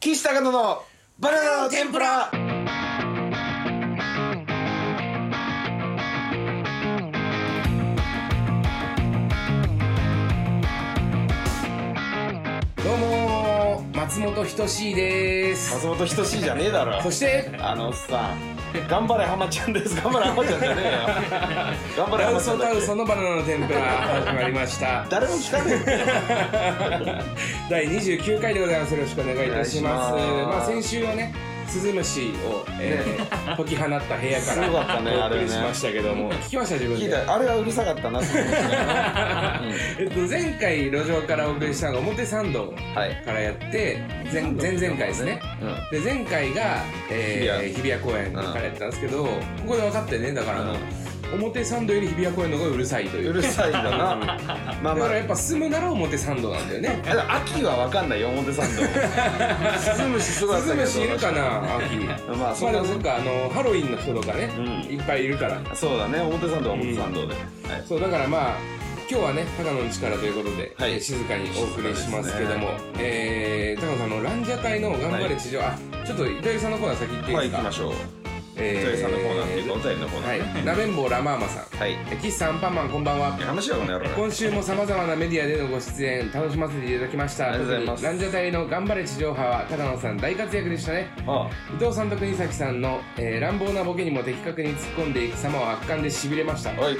岸高野のバナナの天ぷらどうもー松本人志です松本人志じゃねえだろそしてあのおっさん頑張れ浜ちゃんです頑張れ浜ちゃんじゃねえよ 頑張れダウ浜ちゃソんだダっウけソのバナナの天ぷら始まりました誰も聞かねえよ第29回でございますよろしくお願いいたしますお願いしますまあ先週はねスズムシを、えー解き放った部屋からすごかったねあお送れりしまねしたけども、聞きました自分聞いでたあれはうるさかったなえっと前回路上からお送りしたのが表参道はいからやって前前々回ですねうんで前回が、えー日比谷公園からやったんですけど、ここで分かってねだからあの、表参道より日比谷公園の方がうるさいといううるさいんだなまあだまかあらやっぱ住むなら表参道なんだよねただ秋はわかんないよ表参道 スズムシすごかっスズたけムどシいるかな秋 まあそまんあでなもそっかあのハロウィンの人とかね、うんいっぱいいるからそうだね表参道は表参道で、はいそうだからまあ今日はね高野の力ということで、はいえー静かにお送りしますけども、えー、高野さんあのランジャタイの「頑張れ地上」あちょっと糸井さんのコーナー先行っていいはでいす行きか、ましょうえ糸井さんのコーナーっていうかお便りのコーナーはい、なめんぼうラマーマさん、はいえ岸さんアンパンマンこんばんはやかましいわこの野郎今週もさまざまなメディアでのご出演楽しませていただきましたありがとうございます特にランジャタイの「頑張れ地上波」は高野さん大活躍でしたねあ伊藤さんと国崎さんの、えー乱暴なボケにも的確に突っ込んでいく様は圧巻でしびれましたあはい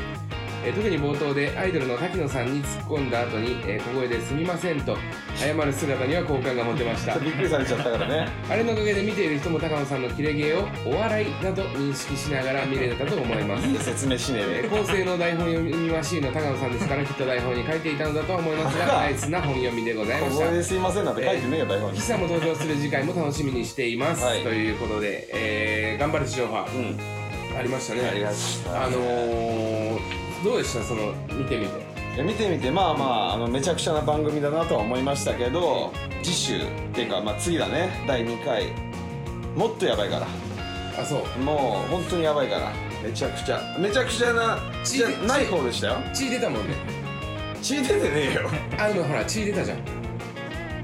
えー特に冒頭でアイドルの滝野さんに突っ込んだ後に、えー小声ですみませんと謝る姿には好感が持てましちょ ったとびっくりされちゃったからねあれのおかげで見ている人も高野さんのキレ芸をお笑いだと認識しながら見れたと思いますいいよ説明しねええーで構成の台本読みマシーンの高野さんですからきっと台本に書いていたのだとは思いますがナイスな本読みでございまし小た声ですいませんなんて書いてねえよ台本に岸さんも登場する次回も楽しみにしています、はいということで、えー頑張る地上波うんありましたねありがとうございますあのー、どうでしたその見てみていや見てみてまあまああのめちゃくちゃな番組だなとは思いましたけど次週っていうかまあ次だね第2回もっとやばいからあそうもう本当にやばいからめちゃくちゃめちゃくちゃなじゃない方でしたよ血出たもんね血出てねえよあでもほら血出たじゃん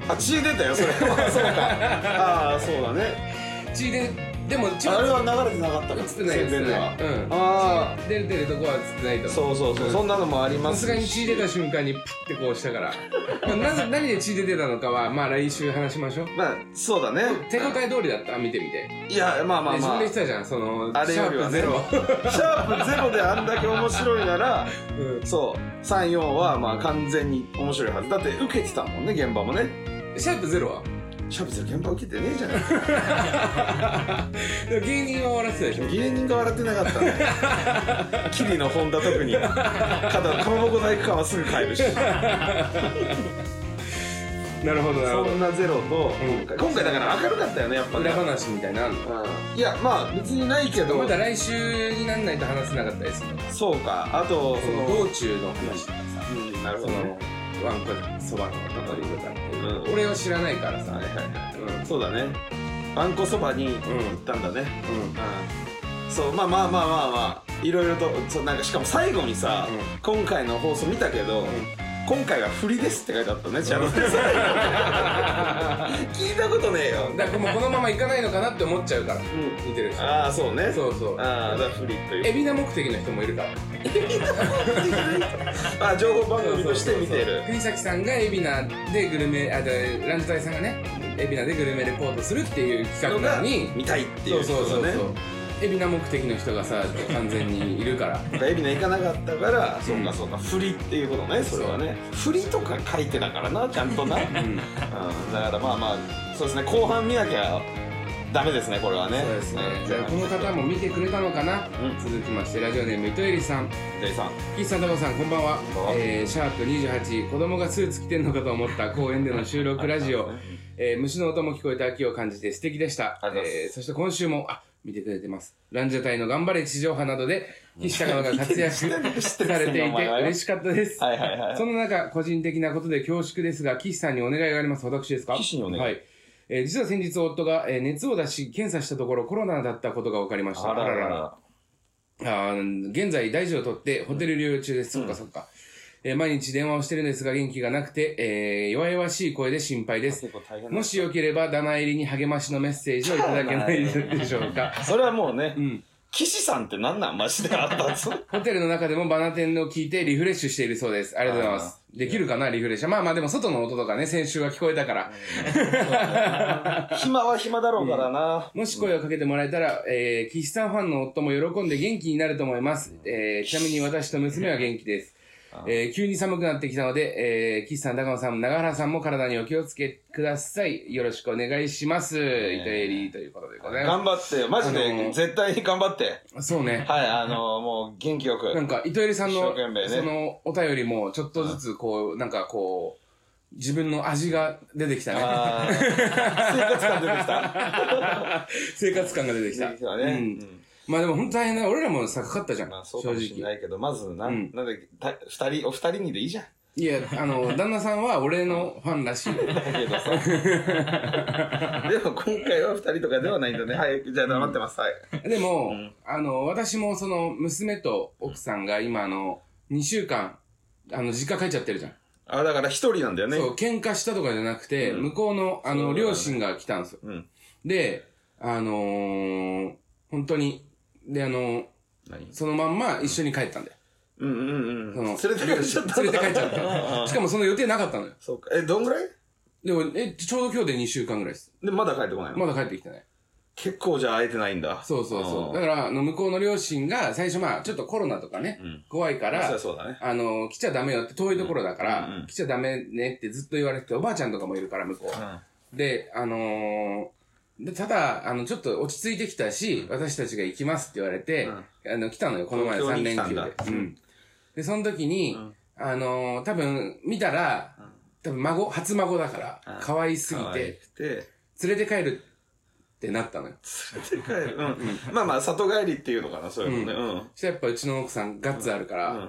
あ血出たよそ れはそうかああそうだね血ででも血あれはは流れてなかったか映ってない宣伝では映ってないうんあ出る出るとこは映ってないとあそうそうそうそんなのもありまさすすがに血出た瞬間にプッてこうしたから、 まあ、なぜ何で血出てたのかはまあ来週話しましょうまあそうだね手応え通りだった見てみて、いやまあまあで自ま分あで言ってたじゃんそのあれよりはねシャープゼロシャープゼロであんだけ面白いならうんそう34はまあ完全に面白いはずだって受けてたもんね現場もねシャープゼロはシャープゼロ現場受けてねえじゃないでも芸人は笑ってたでしょ芸人が笑ってなかったね キリの本田特にただこの大工館はすぐ帰るしなるほどなるそほんなゼロと今回今回だから明るかったよねやっぱどね裏話みたいなのあんのうんいやまあ別にないけどまだ来週になんないと話せなかったですよそうかあとそそのの道中の話とかさうんなるほそどのねワンコそばのとかいうかうん俺は知らないからさはいはいはうんうんいそうだねあんこそばに行ったんだね、うんそうまあまあまあまあまあいろいろとそうなんかしかも最後にさ、うん今回の放送見たけど、今回は振りですって書いてあったねちゃんと 聞いたことねえよ、だからもうこのまま行かないのかなって思っちゃうからう見てる人ん、ああそうねそうそうああだから振りというエビナ目的の人もいるから ああ情報番組として見てる国崎さんが海老名でグルメあでランジタイさんがね海老名でグルメレポートするっていう企の画がなのに見たいっていそうう人そうそうだそうね海老名目的の人がさ完全にい るからエビナ行かなかったから、そううかんそうか振りっていうことねそれはね振りとか書いてたからなちゃんとな、うん、だうんからまあまあそうですね後半見なきゃダメですねこれはねそうですねんじゃあこの方も見てくれたのかなうん続きましてラジオネーム糸入さんジェイさん岸さん、タコさん、こんばんは。こんばんはえーシャープ28、子供がスーツ着てんのかと思った公園での収録ラジオ。えー虫の音も聞こえて秋を感じて素敵でした。ありがとうございますえーそして今週も、あ、見てくれてます。ランジャタイの頑張れ地上波などで、岸高野が活躍さてる れていお前てはよ嬉しかったです。はいはい はいその中、個人的なことで恐縮ですが、岸さんにお願いがあります。私ですか岸にお願いはい。えー実は先日夫が、えー熱を出し検査したところコロナだったことが分かりました。あらららあー現在大事を取ってホテル療養中です、そっかそっか、えー毎日電話をしてるんですが元気がなくて、えー弱々しい声で心配です。結構大変だもしよければ、ダナ入りに励ましのメッセージをいただけないでしょうか。それは もうね、うん。岸さんってなんなんマジであったぞホテルの中でもバナテンを聞いてリフレッシュしているそうです。ありがとうございます。できるかな、リフレッシュ。まあまあでも外の音とかね、先週は聞こえたから。暇は暇だろうからな、もし声をかけてもらえたら、えー、岸さんファンの夫も喜んで元気になると思います。えー、ちなみに私と娘は元気です。えー、急に寒くなってきたので、えー、岸さん、高野さん、長原さんも体にお気をつけください。よろしくお願いします。イタエリーということでございま頑張ってよマジあのでー絶対に頑張ってす。そうね。 はいあのーもう元気よくなんか、糸入さん一生の、懸命ねその、お便りも、ちょっとずつ、こう、なんかこう、自分の味が出てきたね。あー 生活感出てきた生活感が出てき出た。てきたね、う。うんんまあでも、本当大変だ。俺らもさ、かかったじゃん。まあそ正うかもしれな直。いけどまずな,、うん、んなんでた二人お二人にでいいじゃん いや、あの、旦那さんは俺のファンらしい。だけどさ でも今回は二人とかではないんだねはいじゃあ黙ってます、はいでも、うんあの、私もその、娘と奥さんが今、あの、2週間、あの、実家帰っちゃってるじゃん。あだから一人なんだよねそう、喧嘩したとかじゃなくて、うん向こうの、あそうの、だね両親が来たんですよ。うんで、あのー、本当に、で、あのー、何そのまんま一緒に帰ったんだよ。うんうんそうんの連れて帰 っちゃった連れて帰っちゃったうんうんしかもその予定なかったのよ。そうかえどんぐらいでも、え、ちょうど今日で2週間ぐらいです。でまだ帰ってこないの、まだ帰ってきてない。結構じゃあ会えてないんだそうそうそう。だんから、あの、向こうの両親が、最初まあ、ちょっとコロナとかね、うん怖いかそりらゃ、そうだねあの、来ちゃダメよって、遠いところだから、うんうん来ちゃダメねってずっと言われてて、おばあちゃんとかもいるから、向こうは。で、あのーで、ただ、あの、ちょっと落ち着いてきたし、私たちが行きますって言われて、あの、来たのよ、この前東京3に来連た休んでだ。うん。で、その時に、うんあのー多分、見たら、多分孫、初孫だからうん、可愛すぎ可愛て、くて連れて帰るってなったのよ。連れて帰るうんまあまあ里帰りっていうのかなそういうのねうんそしたらやっぱうちの奥さんガッツあるから、うん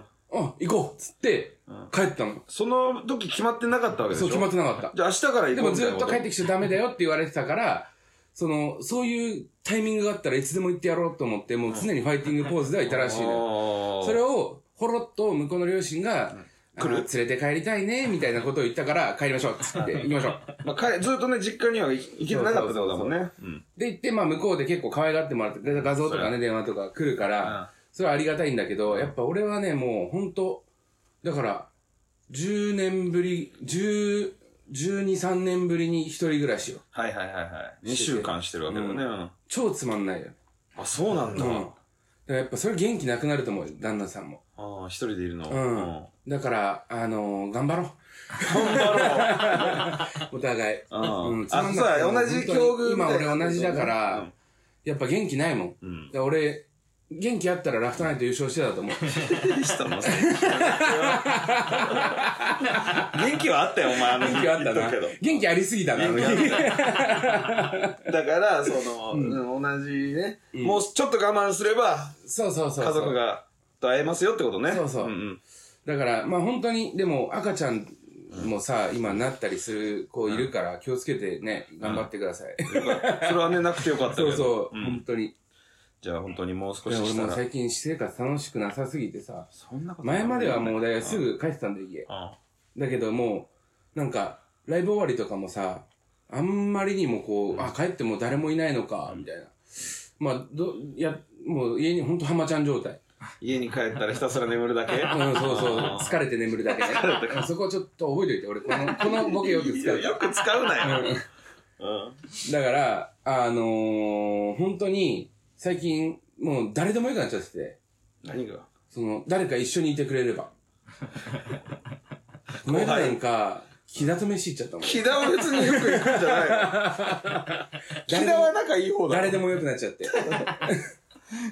あ、行こうっつってうん、帰ったの。その時決まってなかったわけでしそょう、決まってなかった。じゃあ明日から行でこうもみたいずなっことと帰ってきちゃダメだよって言われてたから、その、そういうタイミングがあったらいつでも行ってやろうと思って、もう常にファイティングポーズではいたらしいのよ。それをを、ほろっと向こうの両親が、来るあの連れて帰りたいね、みたいなことを言ったから、帰りましょうっつって、行きましょう。まあ帰ずっとね実家には行行けてなかったってことだもんねうんで、行って、まあ向こうで結構可愛がってもらって、で画像とかね、電話とか来るから、それはありがたいんだけど、やっぱ俺はね、もう本当だから、10年ぶり、10、12、3年ぶりに一人暮らしを。はいはいはいはい2週間してるわけだねうんうん超つまんないよ。あそうなんだうん。だからやっぱそれ元気なくなると思うよ、旦那さんも。ああ一人でいるのうん。だから、あのー、頑張ろ頑張ろうう。お互い。 うんつまんなくあてそうもだ同じ境遇み今たいな俺同じだから、うんやっぱ元気ないもん。うだんから俺、元気あったらラフトナイト優勝してたと思う。したの元気はあったよお前あの元気あっ た言なっとく。元気ありすぎたな、あ の日けどだからその、うん同じね、んもうちょっと我慢すればそうそうそうそう。家族がと会えますよってことねそうそうんんだから、まあ本当に、でも赤ちゃんもさ、今なったりする子いるから、気をつけてね、頑張ってください。それはねなくてよかったけ そどうそう、ん本当に。じゃあ本当にもう少し俺したもら最近私生活楽しくなさすぎてさ、そんなことない前まではもうだよすぐ帰ってたんだよ、家。あだけどもう、なんか、ライブ終わりとかもさ、あんまりにもこう、あ、帰っても誰もいないのか、みたいな。まあ、ど、いや、もう家にほんと浜ちゃん状態。家に帰ったらひたすら眠るだけうん、そう そう、疲れて眠るだけ ね。そこちょっと覚えといて、俺、この、このボケよく使う。よく使うなよ、うんだから、あのー、本当に、最近、もう誰でもよくなっちゃってて、何がその、誰か一緒にいてくれれ ば。この間なんか、木田と飯行っちゃったもん。木田は別によく行くんじゃないの木 誰で田はも、仲いい方だ誰でもよくなっちゃって。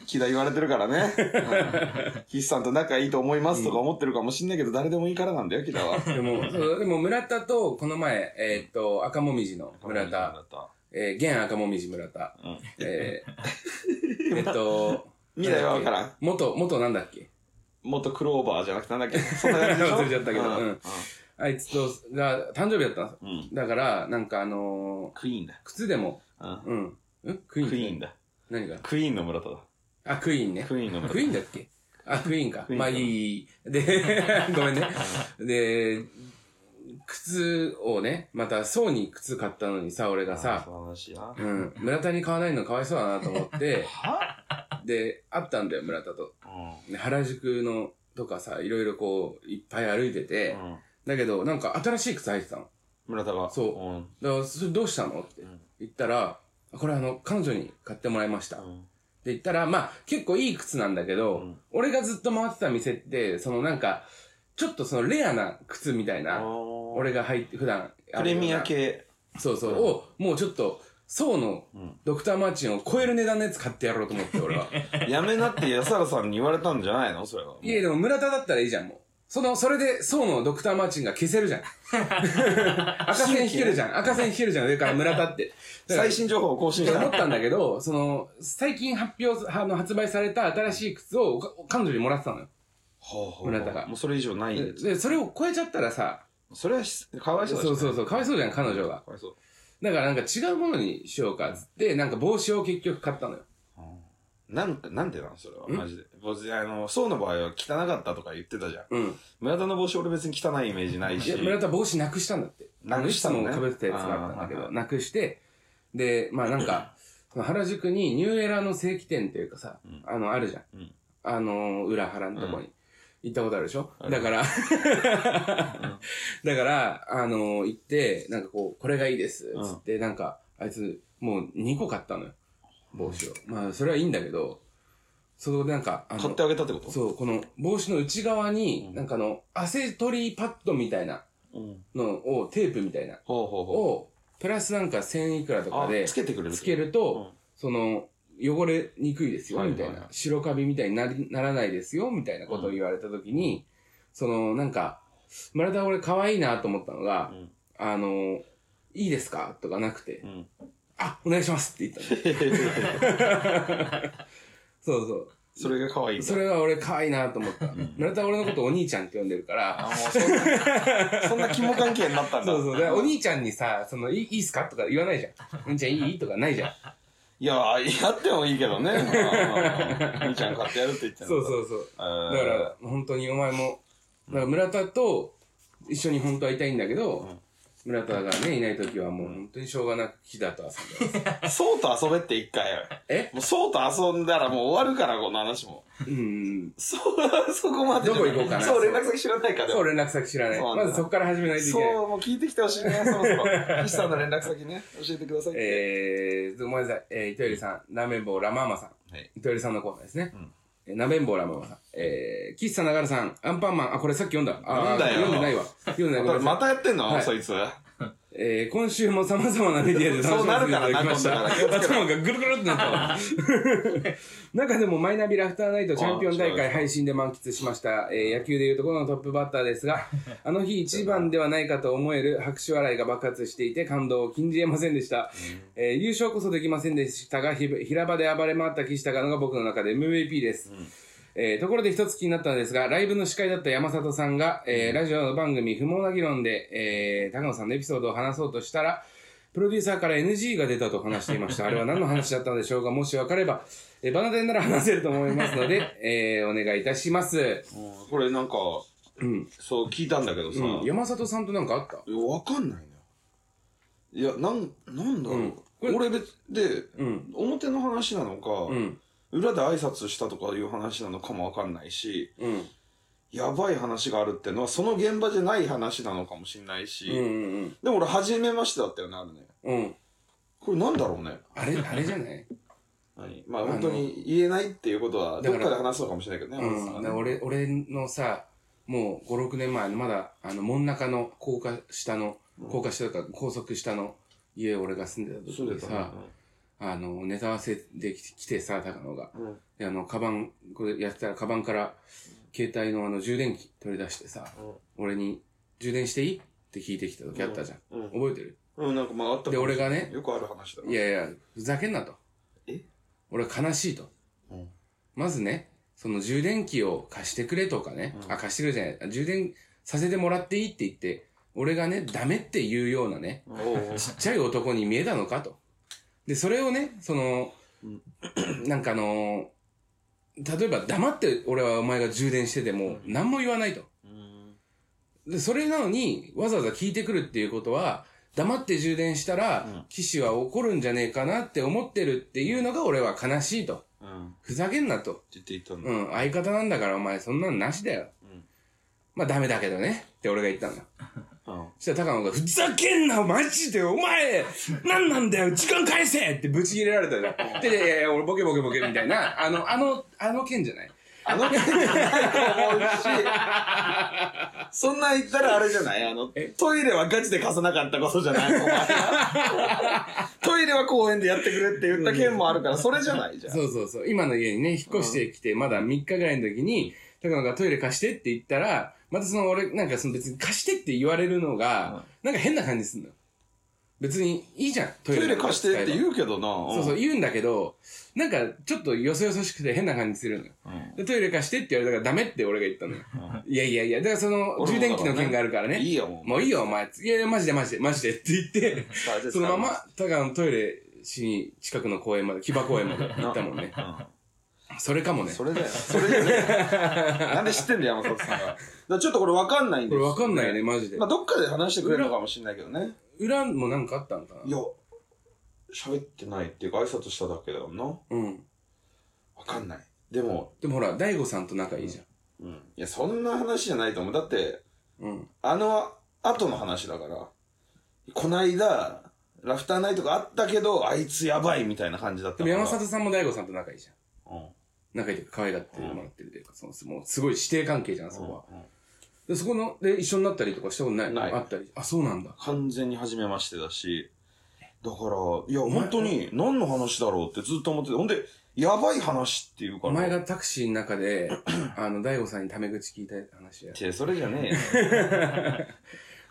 木田言われてるからねうん岸さんと仲いいと思いますとか思ってるかもしんないけど誰でもいいからなんだよ木田はで も、そうでも村田と、この前、えーっと、赤もみじの村田、えー、現赤もみじ村田、うんえ ー、えっと、未来は分からん元、元なんだっけ元クローバーじゃなくてなんだっけそんな感じでしょ忘れちゃったけどうんうんあいつと、が、誕生日だったんですようんだから、なんかあのー、クイーンだ靴でも、うんうん。んクイーンクイーンだ何がクイーンの村田だあ、クイーンね。クイーンの村田クイーンだっけあ、クイーンか。イーンまあいい。で、 ごめんね。で、靴をね、また、そうに靴買ったのにさ、俺がさ、素晴らしいな。うん、村田に買わないのかわいそうだなと思って、で、会ったんだよ、村田と。うで原宿の、とかさ、いろいろこう、いっぱい歩いてて、ん。うんだけど、なんか新しい靴履いてたの。村田が。そうう。ん。だから、それどうしたのってうん言ったら、これあの、彼女に買ってもらいました。って言ったら、まあ、結構いい靴なんだけど、うん俺がずっと回ってた店って、そのなんか、ちょっとそのレアな靴みたいな、俺、俺が入って、普段あプるレようなミア。系。そうそう。うんを、もうちょっと、層のうんドクターマーチンを超える値段のやつ買ってやろうと思って、俺は。やめなって安原さんに言われたんじゃないのそれは。いや、でも村田だったらいいじゃん、もう。その、それで、層のドクターマーチンが消せ るじゃん。赤線引けるじゃん。赤線引けるじゃん、上から村田って。だから最新情報を更新っしてた思っの。たんだけど、その、最近発表、あの、発売された新しい靴をおか彼女にもらってたのよ。村田がもうそれ以上ないで、でそれを超えちゃったらさ、それはしかわいそうだしそうそうそう、かわいそうじゃん、彼女が。かわいそう。だからなんか違うものにしようかっつって、なんか帽子を結局買ったのよ。なんか、なんでなのそれは、んマジで。ぼあの、そうの場合は汚かったとか言ってたじゃん。うん。村田の帽子俺別に汚いイメージないいし。や、村田帽子なくしたんだって。なくしたのねあいつも被ってたやつがあったんだけあーはいど、はなくして、で、まあなんか、その原宿にニューエラの正規店というかさ、あの、あるじゃん。うんあの、裏原のとこに。行ったことあるでしょだから、 だから、あの、行って、なんかこう、これがいいです、つって、なんか、あいつ、もう2個買ったのよ。帽子を。まあ、それはいいんだけど、そこでなんか、あの買ってあげたってことそう、この帽子の内側に、なんかあの、汗取りパッドみたいなうん。のを、テープみたいな、ほうほうほう。を、プラスなんか1000いくらとかあで、つけてくれるつけるうんと、その、汚れにくいですよ、はいみはいはたいいな。白カビみたいになりならないですよ、みたいなことを言われたときに、その、なんか、村田俺可愛いなと思ったのがん、あの、いいですかとかなくてう、ん。あ、お願いしますって言ったの。 そうそう。それが可愛いんだそれは俺可愛いなと思った。村田は俺のことお兄ちゃんって呼んでるから、あもうそんな、そんな肝関係になったんだ。 そうそう。だからお兄ちゃんにさ、その、いいいいっすかとか言わないじゃん。お兄ちゃんいいとかないじゃん。いや、やってもいいけどね。 うん兄ちゃん買ってやるって言ってんだそうそうそう。えだーから、本当にお前も、だから村田と一緒に本当はいたいんだけど、村田がね、いないときはもう本当にしょうがなく木田と遊んでます。そうと遊べって一回。えもうそうと遊んだらもう終わるから、この話も。うん。そう、そこまでじゃない。どこ行こうかなそう、連絡先知らないから。そう、連絡先知らない。そうなんだまずそこから始めないといけない。そう、もう聞いてきてほしいね、そろそろ。岸さんの連絡先ね、教えてくださいって。えー、ごめんなさい。えー、糸よりさん、ラーメンボーラマーマさん。はい糸よりさんのコーナーですね。うんえー、なべんぼうラマーマさん。えー、喫茶ながらさん、アンパンマン、あ、これさっき読んだ。読あーんだよ読んでないわ。読んでない。ごめんなさいまたやってんの、はいそいつ。えー、今週も様々なメディアで楽しませていただきましそうなた。るからな頭がぐるぐるってなった わ。中でもマイナビラフターナイトチャンピオン大会配信で満喫しました。えー、野球でいうところのトップバッターですが、あの日一番ではないかと思える拍手笑いが爆発していて感動を禁じ得ませんでした。えー優勝こそできませんでしたが、ひ平場で暴れ回った岸高野が僕の中で MVP です。えーところで一つ気になったのですが、ライブの司会だった山里さんが、えーラジオの番組不毛な議論で、えー高野さんのエピソードを話そうとしたら、プロデューサーから NG が出たと話していました。あれは何の話だったのでしょうかもしわかれば、えー、バナデンなら話せると思いますので、えーお願いいたします。これなんか、うん。そう聞いたんだけどさ、うん山里さんとなんかあったいやわかんないのよいやなんなんだろう、うんこれ俺別で、うん表の話なのか、うん。裏で挨拶したとかいう話なのかもわかんないしうん。やばい話があるってのはその現場じゃない話なのかもしんないし、うんうんでも俺初めましてだったよねあるねうん。うん。これなんだろうねあれ、あれじゃない何まあ本当に言えないっていうことはだどっかからで話すのかもしれないけどね, 山本さうんん、はね、俺俺のさもう56年前のまだあの真ん中の高架下の高架下とか高速下の家俺が住んでた時そうだにったさ、あのネタ合わせできて来てさ高野がうんであのカバンこれやってたらカバンから携帯のあの充電器取り出してさ、うん俺に「充電していい?」って聞いてきた時あったじゃん、うん覚えてるうん、うん、なんかまああったで俺がねよくある話だないやいやふざけんなとえ俺は悲しいとうんまずね、その充電器を貸してくれとかね、あ、貸してくれじゃないあ、充電させてもらっていいって言って、俺がね、ダメって言うようなね、おうおうちっちゃい男に見えた のかと。で、それをね、その、なんかあの例えば黙って俺はお前が充電してても何も言わないと。うんで、それなのにわざわざ聞いてくるっていうことは、黙って充電したら、うん騎士は怒るんじゃねえかなって思ってるっていうのが俺は悲しいと。うんふざけんなと。って言ったんだ、うん、相方なんだからお前そんなのなしだよ。うんまあダメだけどね。って俺が言ったんだ。うんそしたら高野が、ふざけんなマジでお前何なんだよ時間返せってぶち切れられたじゃん。で、いやいや、俺ボケボケボケみたいな、あの、あの、あの件じゃないあの件じゃないと思うし、そんなん言ったらあれじゃないあの、トイレはガチで貸さなかったことじゃないお前はトイレは公園でやってくれって言った件もあるから、それじゃないじゃん。そうそうそう。今の家にね、引っ越してきて、まだ3日ぐらいの時に、高野がトイレ貸してって言ったら、またその俺、なんかその別に貸してって言われるのが、なんか変な感じすんのよ。別にいいじゃん、トトイレ貸してってう。言うけどな。そうそう、言うんだけど、なんかちょっとよそよそしくて変な感じするのよ。うん。うんでトイレ貸してって言われたからダメって俺が言ったのよ。いやいやいや、だからその、充俺電もだからね器の件があるからね。いいよもうもういいよ、お前。いやいや、マジでマジで、マジでって言 って、そのまま、高野のトイレしに近くの公園まで、木場公園まで行ったもんね。それかもね。そこれだよ。それだよ。なんで知ってんだよ、山里さんが。だからちょっとこれわかんないんですれわかんないよね、。マジでまあ、。どっかで話してくれるのかもしれないけどね。裏もなんかあったのかいなや、喋ってないっていうか、挨拶しただけだよな。わうん。かんない。でも、でもほら、大悟さんと仲いいじうん。いや、そんな話じゃないと思う。だって、ゃん。うん。あの後の話だから、こないだ、ラフターナイトがあったけど、あいつやばいみたいな感じだったでかもら。山里さんも大悟さんと仲いいじゃん。うん。仲いいというか、可愛がってもらってるというか、その、もうすごい師弟関係じゃん、そこは。で、そこの、で、一緒になったりとかしたことないないあったり。あ、そうなんだ。完全に初めましてだし、だから、いや、本当に、何の話だろうってずっと思ってて、ほんで、やばい話っていうかおら。前がタクシーの中 で、あの、大悟さんにタメ口聞いた話や。て、それじゃねえよ。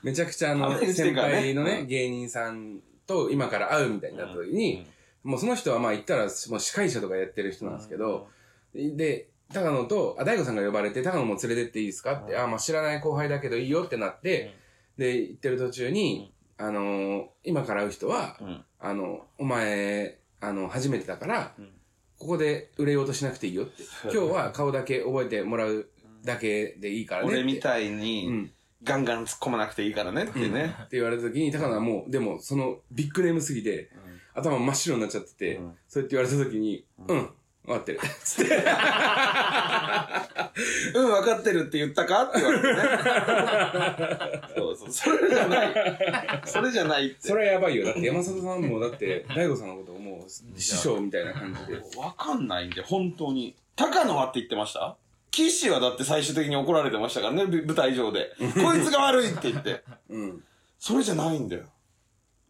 めちゃくちゃあのタメ、口ってい先うかね輩のうね、ん芸人さんと今から会うみたいになった時 に、もうその人はまあ言ったら、もう司会者とかやってる人なんですけど、で、高野と、あ、大悟さんが呼ばれて、高野も連れてっていいですかって、あ、まあ知らない後輩だけどいいよってなって、で、行ってる途中に、あのー、今から会う人はう、ん。あの、お前、あの、初めてだからうん、ここで売れようとしなくていいよって。今日は顔だけ覚えてもらうだけでいいからねって。俺みたいうに、ん。ガンガン突っ込まなくていいからねってね。って言われた時に、高野はもう、でも、その、ビッグネームすぎて、頭真っ白になっちゃってて、うんそうやって言われた時に、うん、分かってる。つって、うん、分かってるって言ったかって言われてね。そうそう、それじゃない。それじゃないって。それはやばいよ。だって山里さんも、だって、大悟さんのことをもう、師匠みたいな感じで。わかんないんで、本当に。高野はって言ってました岸はだって最終的に怒られてましたからね、ぶ舞台上で。こいつが悪いって言って。うん。それじゃないんだよ。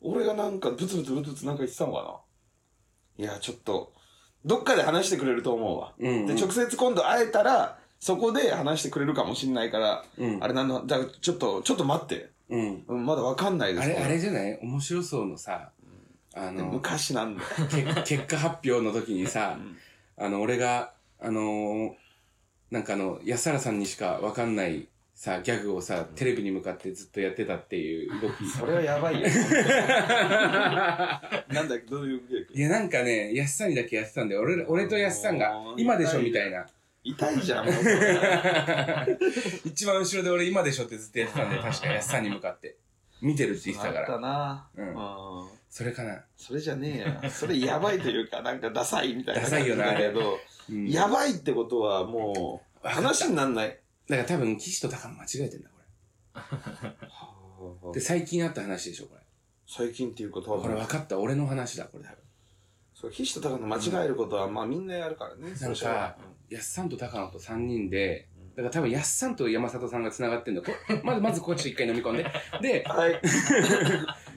俺がなんかブツブツブツブツなんか言ってたのかな。いや、ちょっと、どっかで話してくれると思うわ。うんうんで、直接今度会えたら、そこで話してくれるかもしんないから、うんあれなんの、だからちょっと、ちょっと待って。うん。うん、まだわかんないであすれ、あれこじゃない面白そうのさ、あれの、昔なんだよ。け結果発表の時にさ、あの、俺が、あのーなんかあの、安原さんにしかわかんないさ、ギャグをさ、テレビに向かってずっとやってたっていう 動き。 それはやばいよ。 なんだっけ、どういうゲームいや、なんかね、安さんにだけやってたんで、俺ら、俺と安さんがも、う今でしょみたいな。痛いじゃん、もうそれ。 一番後ろで俺今でしょってずっとやってた んで、確か安さんに向かって。見てるって言ってたかあったら。なううん。それかな。それじゃねえよ。それやばいというか、なんかダサいみたいな。ダサいよなだけど、うんやばいってことはもう、話になんない。だから多分、岸と高野間違えてんだ、これ。で、最近あった話でしょ、これ。最近っていうことこれは、分かった、俺の話だ、これ多分。そう、岸と高野間違えることは、まあみんなやるからね。なんそれはか、やっさんと高野と3人で、だから多分やっさんと山里さんが繋がってんの。こまず、まずこっち一回飲み込んで。で、はい。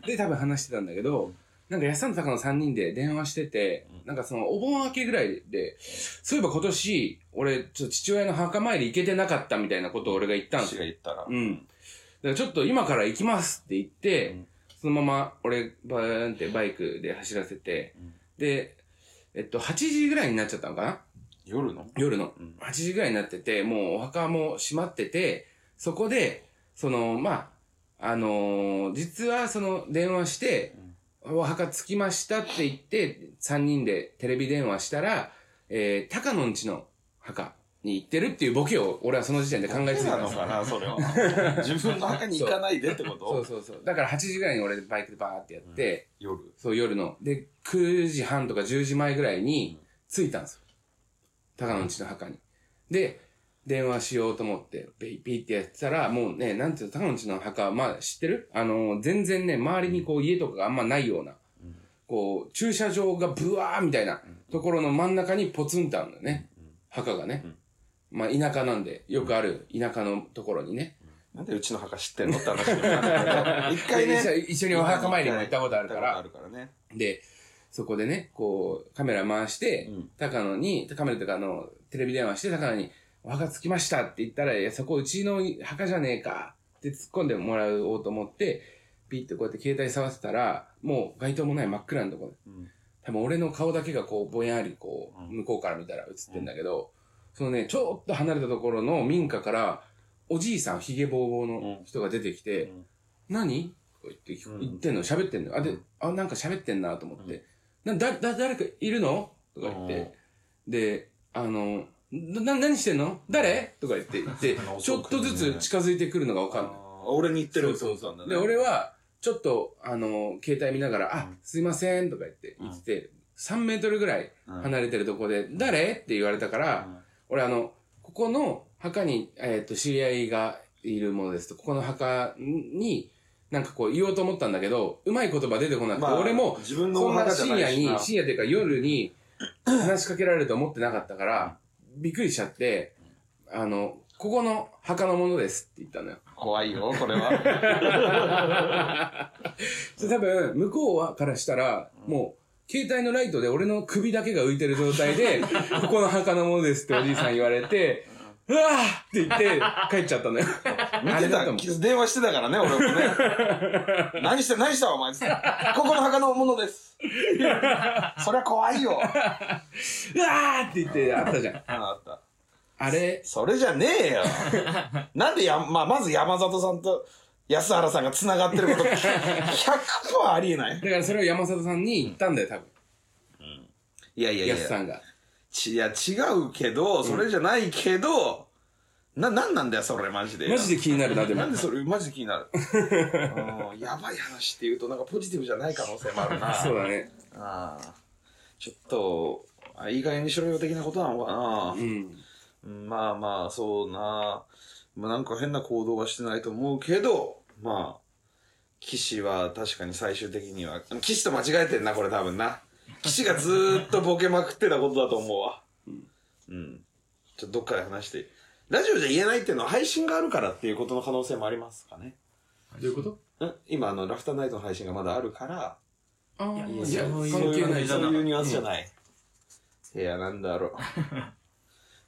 で、多分話してたんだけど、なんか、やっさんと高野3人で電話してて、なんかその、お盆明けぐらいで、そういえば今年、俺、ちょっと父親の墓参り行けてなかったみたいなことを俺が言ったんで岸すよ。が言ったらう。ん。だからちょっと今から行きますって言って、うんそのまま俺、バーンってバイクで走らせて、うんで、えっと、8時ぐらいになっちゃったのかな夜の夜のうん8時ぐらいになってて、もうお墓も閉まってて、そこで、その、まあ、あのー実はその電話して、お墓着きましたって言って、3人でテレビ電話したら、えー、高野んちの墓に行ってるっていうボケを俺はその時点で考えついなたののかな、それは。 自分の墓に行かないでってこそとうそうそうだから8時ぐらいに俺バイクでバーってやって、夜。そう夜ので9時半とか10時前ぐらいに着いたんですよ高野の家の墓にで電話しようと思ってベイピーってやってたらもうねなんていうの高野の家の墓まあ知ってるあの全然ね周りにこう家とかがあんまないような、こう駐車場がブワーみたいなところの真ん中にポツンとあるんだよね、墓がね、まあ田舎なんでよくある田舎のところにね、なんでうちの墓知ってんのって話にもなる けど一回一緒ね。一緒にお墓参りも行ったことあるか行らっ、たことあるからね。で、そこでね、こう、カメラ回して、うん高野に、カメラとかあの、テレビ電話して、高野に、お墓着きましたって言ったら、いや、そこうちの墓じゃねえかって突っ込んでもらおうと思って、ピッてこうやって携帯触ってたら、もう街灯もない真っ暗なとこで、うん多分俺の顔だけがこう、ぼんやりこう、うん向こうから見たら映ってんだけど、そのね、ちょっと離れたところの民家から、おじいさん、ひげぼうぼうの人が出てきて、うん何とか言ってうん言ってんの喋ってんのあ、で、あ、なんか喋ってんなと思って。な、だ、だ、誰かいるのとか言って。で、あの、な、何してんの誰とか言って、言 ってあ、ちょっとずつ近づいてくるのがわかんない。あー俺に言ってるそうそうなんだね。で、俺は、ちょっと、あの、携帯見ながら、あ、すいません、とか言って、言ってて、3メートルぐらい離れてるとこで、誰って言われたから、俺あの、ここの墓に、えっ、と、知り合いがいるものですと、ここの墓に、なんかこう言おうと思ったんだけど、うまい言葉出てこなくて、まあ俺も、自分のこおんな墓じゃ深な夜いしに、な。深夜というか夜に話しかけられると思ってなかったから、びっくりしちゃって、あの、ここの墓のものですって言ったのよ。怖いよ、これは。それ多分、向こうはからしたら、もう、携帯のライトで俺の首だけが浮いてる状 態で、ここの墓のものですっておじいさん言われて、うわーって言って帰っちゃったのよ。見 あてれだとた思う。、電話してたからね、俺も ね。何して、何したお前。ここの墓のもの です。そりゃ怖いよ。あうわーって言ってあったじゃん。あった。あれ、それじゃねえ よ。なんでや、まあ、まず山里さんと安原さんが繋がってること、100%ありえない。だからそれを山里さんに言ったんだよ、多分。いやいやいやや。すさんが。ちいや、違うけど、それじゃないけど、な、なんなんだよ、それ、マジで。マジで気になるな、でもなん。でそれ、マジで気に なる。うんやばい話って言うと、なんかポジティブじゃない可能性もあるな。 そうだね。ああちょっと、あいい加減にしろよ的なことなのかなう。ん。うんまあまあ、そうな。まあなんか変な行動はしてないと思うけど、まあ、騎士は確かに最終的には、騎士と間違えてんな、これ多分な。騎士がずーっとボケまくってたことだと思うわ。うん。ちょっとどっかで話して。ラジオじゃ言えないっていうのは配信があるからっていうことの可能性もありますかね。どういうことん今、あの、ラフターナイトの配信がまだあるから、ああ、いやいや、そういう関係ない。そういうニュアンスじゃない。いや、なんだ ろう。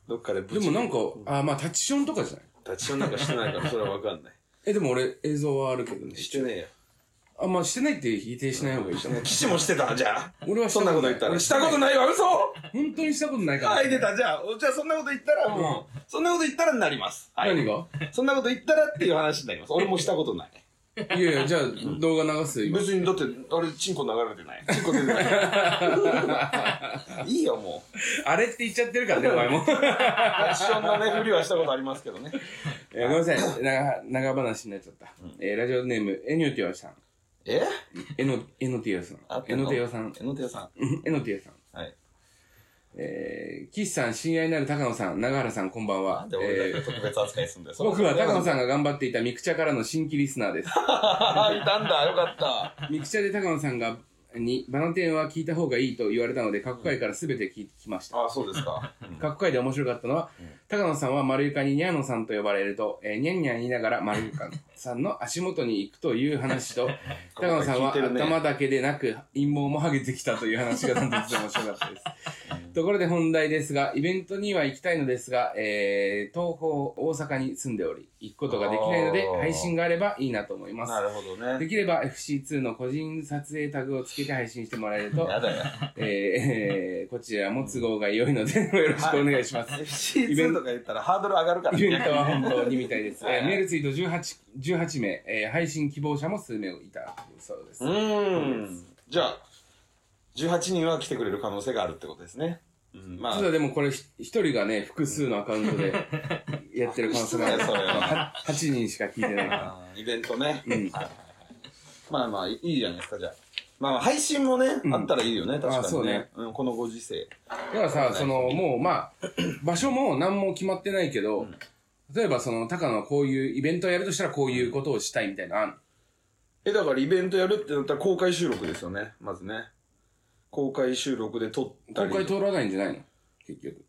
どっかででぶちもなんか、あーまあ、タッチションとかじゃない立ちションなんかしてないから、それはわかんない。え、でも俺、映像はあるけどね。してねえよ。あ、まあ、してないって否定しない方がいいと思う。騎士もしてたじゃあ。俺はそんなこと言ったら。俺したことないわ、嘘本当にしたことないから。はい、出た、じゃあ。おじゃあ、そんなこと言ったら、もう、そんなこと言ったらになります。はい。何がそんなこと言ったらっていう話になります。俺もしたことない。いやいや、じゃあ、動画流すよ、今。別に、だって、あれ、チンコ流れてない。チンコ出て ない。いいよ、もう。あれって言っちゃってるからね、お 前も。立ちションのね、ふりはしたことありますけどね。えーごめんなさい。長、長話になっちゃった。えーラジオネーム、エノティアさん。えエノ、エノティアさんあっ。エてんノのティアさん。 えのてよさうんエノティアさん。ん。はい。えー、岸さん、親愛なる高野さん、長原さん、こんばんは。なんで俺だえーけ特別扱いすんだよ。僕は高野ん。さんが頑張っていたミクチャからの新規リスナーです。 ああ、いたんだ。よかった。ミクチャで高野さんが、に、バナテンは聞いた方がいいと言われたので、各回から全て聞きました。ああ、そうですか。各回で面白かったのは、高野さんは丸床にニャーノさんと呼ばれると、えー、ニャンニャン言いながら丸床さんの足元に行くという話 と、高野さんは聞いてるね頭だけでなく陰謀も剥げてきたという話が断トツで面白かったです。ところで本題ですが、イベントには行きたいのですが、えー、東方、大阪に住んでおり、行くことができないのであー、配信があればいいなと思いますな。るほどね。できれば FC2 の個人撮影タグをつけて配信してもらえると、やだよ。えーえーこちらも都合が良いので、よろしくお願いします。 FC2 とか言ったらハードル上がるからイベンね。トは本当にみたいです。はいえーメールツイート 18, 18名、えー配信希望者も数名いたそうですう。ーん。じゃあ、18人は来てくれる可能性があるってことですね。うん、まあ実はでもこれひ一人がね、複数のアカウントでやってる可能性がある複数 だよそれはは8人しか聞い てない。あーイベントね。うん。まあまあ、いいじゃないですか、じゃあ。まあまあ、配信もね、うんあったらいいよね、確あかそにうねね。うん、このご時世。だからさ、その、もう、まあ、場所も何も決まってないけど、例えばその、高野はこういうイベントをやるとしたらこういうことをしたいみたいなのあんのえ、だからイベントやるってなったら公開収録ですよね、まずね。公開収録で撮った公開り通らないんじゃないの結局。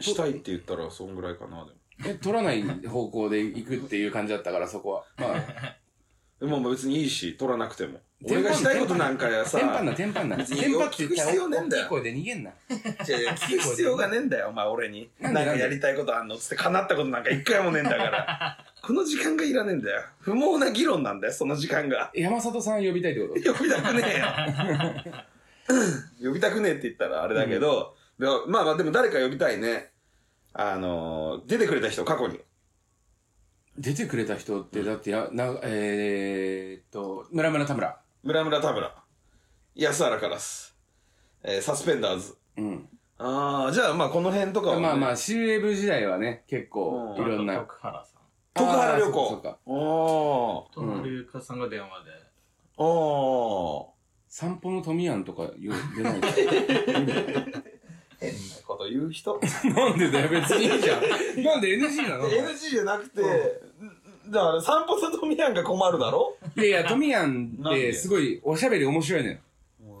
したいって言ったら、そんぐらいかな、でも。え、取らない方向で行くっていう感じだったから、そこは。まあ、でもまあ別にいいし、撮らなくても。天俺板がしたいことなんかやさ、テンパんな、テンパんな。別にテンパって聞く必要ねえんだよ大きい声で逃げんな。いやいや聞く必要がねえんだよ、お前俺に。ななんんでかやりたいことあんのつって、叶ったことなんか一回もねえんだ から。この時間がいらねえんだよ。不毛な議論なんだよ、その時間が。 山里さん呼びたいってこと呼びたくねえよ。呼びたくねえって言ったらあれだけど、でもまあまあでも誰か呼びたいね。あのー、出てくれた人、過去に。出てくれた人って、だってや、な、えー、っと、村村田村。村村田村、安原カラス、えーサスペンダーズ。うん。ああ、じゃあまあこの辺とかは、ね、まあまあ、シウェブ時代はね、結構、ういんろんあと。な徳原さん徳原旅あーそうかそう行か。おと成岡さんが電話で、ー。お散歩の富庵とかよ出ない ー。変なこと言う 人。なんでだよ、別にいいじゃん。なんで NG なのい NG じゃなくて、だから散歩里見やんが困るだろやいや、富庵なっんでてすごいおしゃべり面白いのよ。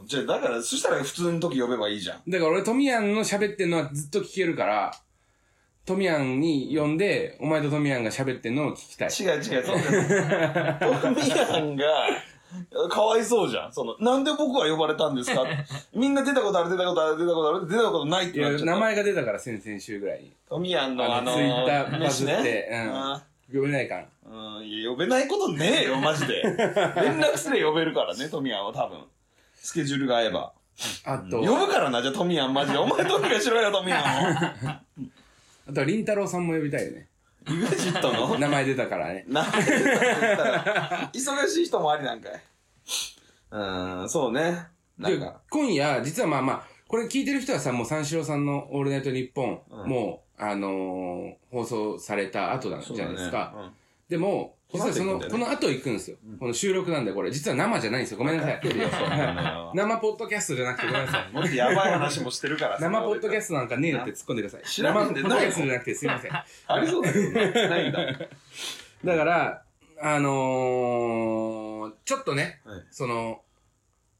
じゃあだから、そしたら普通の時呼べばいいじゃん。だから俺、富庵の喋ってんのはずっと聞けるから、富庵に呼んで、お前と富庵が喋ってんのを聞きたい。違う違う、そうだよ。トミヤンが、かわいそうじゃん。その、なんで僕は呼ばれたんですかみんな出たことある、出たことある、出たことある、出たことないっいてや、なっちゃ名った。前が出たから、先々週ぐらいに。トミヤンのああのの、ツイッターバ飯ズっねてうんあ呼べないから。ーうん、いや呼べないことねえよ、マジで。連絡すれば呼べるからね、トミヤンは多分。スケジュールが合えば。あと、呼ぶからな、じゃあトミヤンマジで。お前どうにかしろよ、トミヤンを。あとは、りんたろーさんも呼びたいよね。イグジットの名前出たからね。なんでだって言ったら、忙しい人もありなんかい。うーん、そうね。 なんでか。今夜、実はまあまあ、これ聞いてる人はさ、もう三四郎さんのオールナイトニッポン、うんもう、あのー放送された後なんじゃないですか。そうだねでも、こ実の後は行くんだよその、こねの後行くんですよ。この収録なんでこれ。実は生じゃないんですよ。ごめんなさい。うん生ポッドキャストじゃなくてごめんなさい。もっとやばい話もしてるから生ポッドキャスストなんかねえよって突っ込んでください。知生らポねえんだよッドキャストじゃなくてすい ません。ト。ありそうだけ どなないんだ。だから、あのー、ちょっとね、はいその、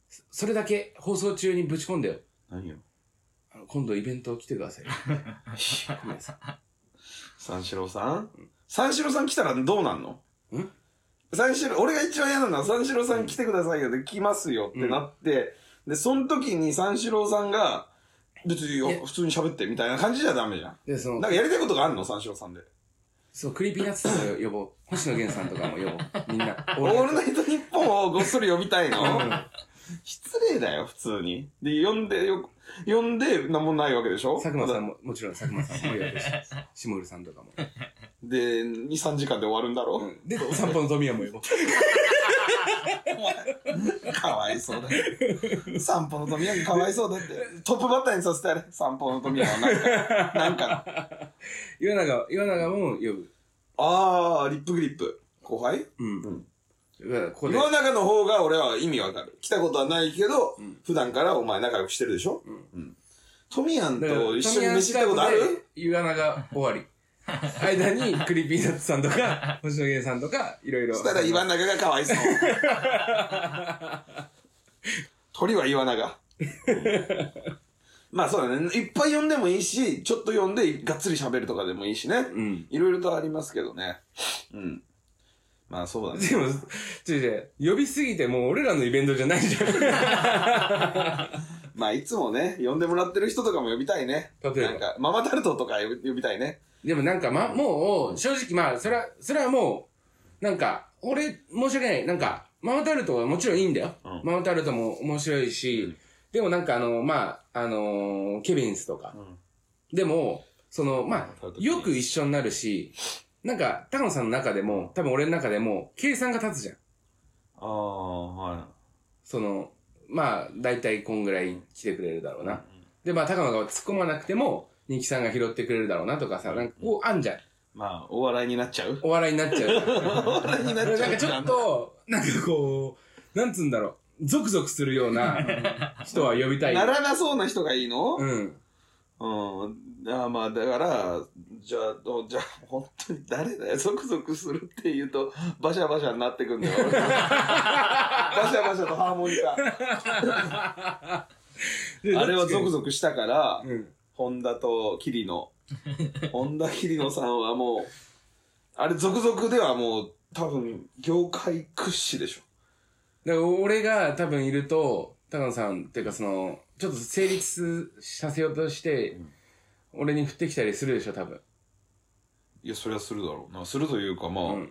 そそれだけ放送中にぶち込んでよ。何よ。あの今度イベント来てください。 ごめんなさい三四郎さん三四郎さん来たらどうなんのん三四郎、俺が一番嫌なのは三四郎さん来てくださいよで来ますよってなって、で、その時に三四郎さんが、別によいや普通に喋ってみたいな感じじゃダメじゃん。で、そなんの、かやりたいことがあるの三四郎さんで。そう、クリーピーナッツさんを呼ぼう。星野源さんとかも呼ぼう。みんな。 オールナイトニッポ ンをごっそり呼びたいの うん失礼だよ、普通に。で、呼んで、よ、呼んで、なんもないわけでしょ佐久間さんも。も、もちろん佐久間さんも呼ぶし、下ルさんとかも。で、2、3時間で終わるんだろ、で、お散歩の富山も呼ぼう。かわいそうだよ。散歩の富山かわいそうだって。トップバッターにさせてやれ。散歩の富山はなんか、なんかの。岩永、岩永も呼ぶ。あー、リップグリップ。後輩うん。だからここで、世の中の方が俺は意味わかる。来たことはないけど、うん普段からお前仲良くしてるでしょうんうん。富山だからと一緒に飯行ったことあ富山スタートるで岩永終 わり。間に、クリーピーナッツさんと か、星野源さんとか、いろいろ。そしたら岩永がかわい そう。鳥は岩 永。まあそうだね。いっぱい呼んでもいいし、ちょっと呼んでがっつり喋るとかでもいいしね。うん。いろいろとありますけどね。うん。まあそうだね。 でも、ちょいちょい、呼びすぎてもう俺らのイベントじゃないじゃん。まあいつもね、呼んでもらってる人とかも呼びたいね。例えばなんか、ママタルトとか呼び呼びたいね。 でもなんか、ま、もう、正直まあ、それは、それはもう、なんか、俺、申し訳ない。なんか、ママタルトはもちろんいいんだよ。うんママタルトも面白いし、うんでもなんかあの、まあ、あのーケビンスとか。でも、その、まタルあト、ケビンスよく一緒になるし、なんか、高野さんの中でも、多分俺の中でも、計算が立つじゃん。ああ、はい。その、まあ、大体こんぐらい来てくれるだろうな。で、まあ、高野が突っ込まなくても、二木さんが拾ってくれるだろうなとかさ、なんかこうあんじゃん。まあ、お笑いになっちゃう お笑いになっちゃうから。お笑いになっちなゃんうかちょっと、なんかこう、なんつうんだろう、ゾクゾクするような人は呼びた い。ならなそうな人がいいのうん。うん。あーまあ、だから、じゃあ、どうじゃあ、本当に誰だよ。ゾクゾクするって言うと、バシャバシャになってくん だよ。俺バシャバシャとハーモニカ。あれはゾクゾゾクしたから、うん。ホンダとキリノ。ホンダキリノさんはもう、あれゾクゾクではもう、多分、業界屈指でしょ。だから俺が多分いると、高野さんっていうかその、ちょっと成立させようとして、俺に振ってきたりするでしょ、多分。いや、そりゃするだろうな。するというか、まあ、ううんん。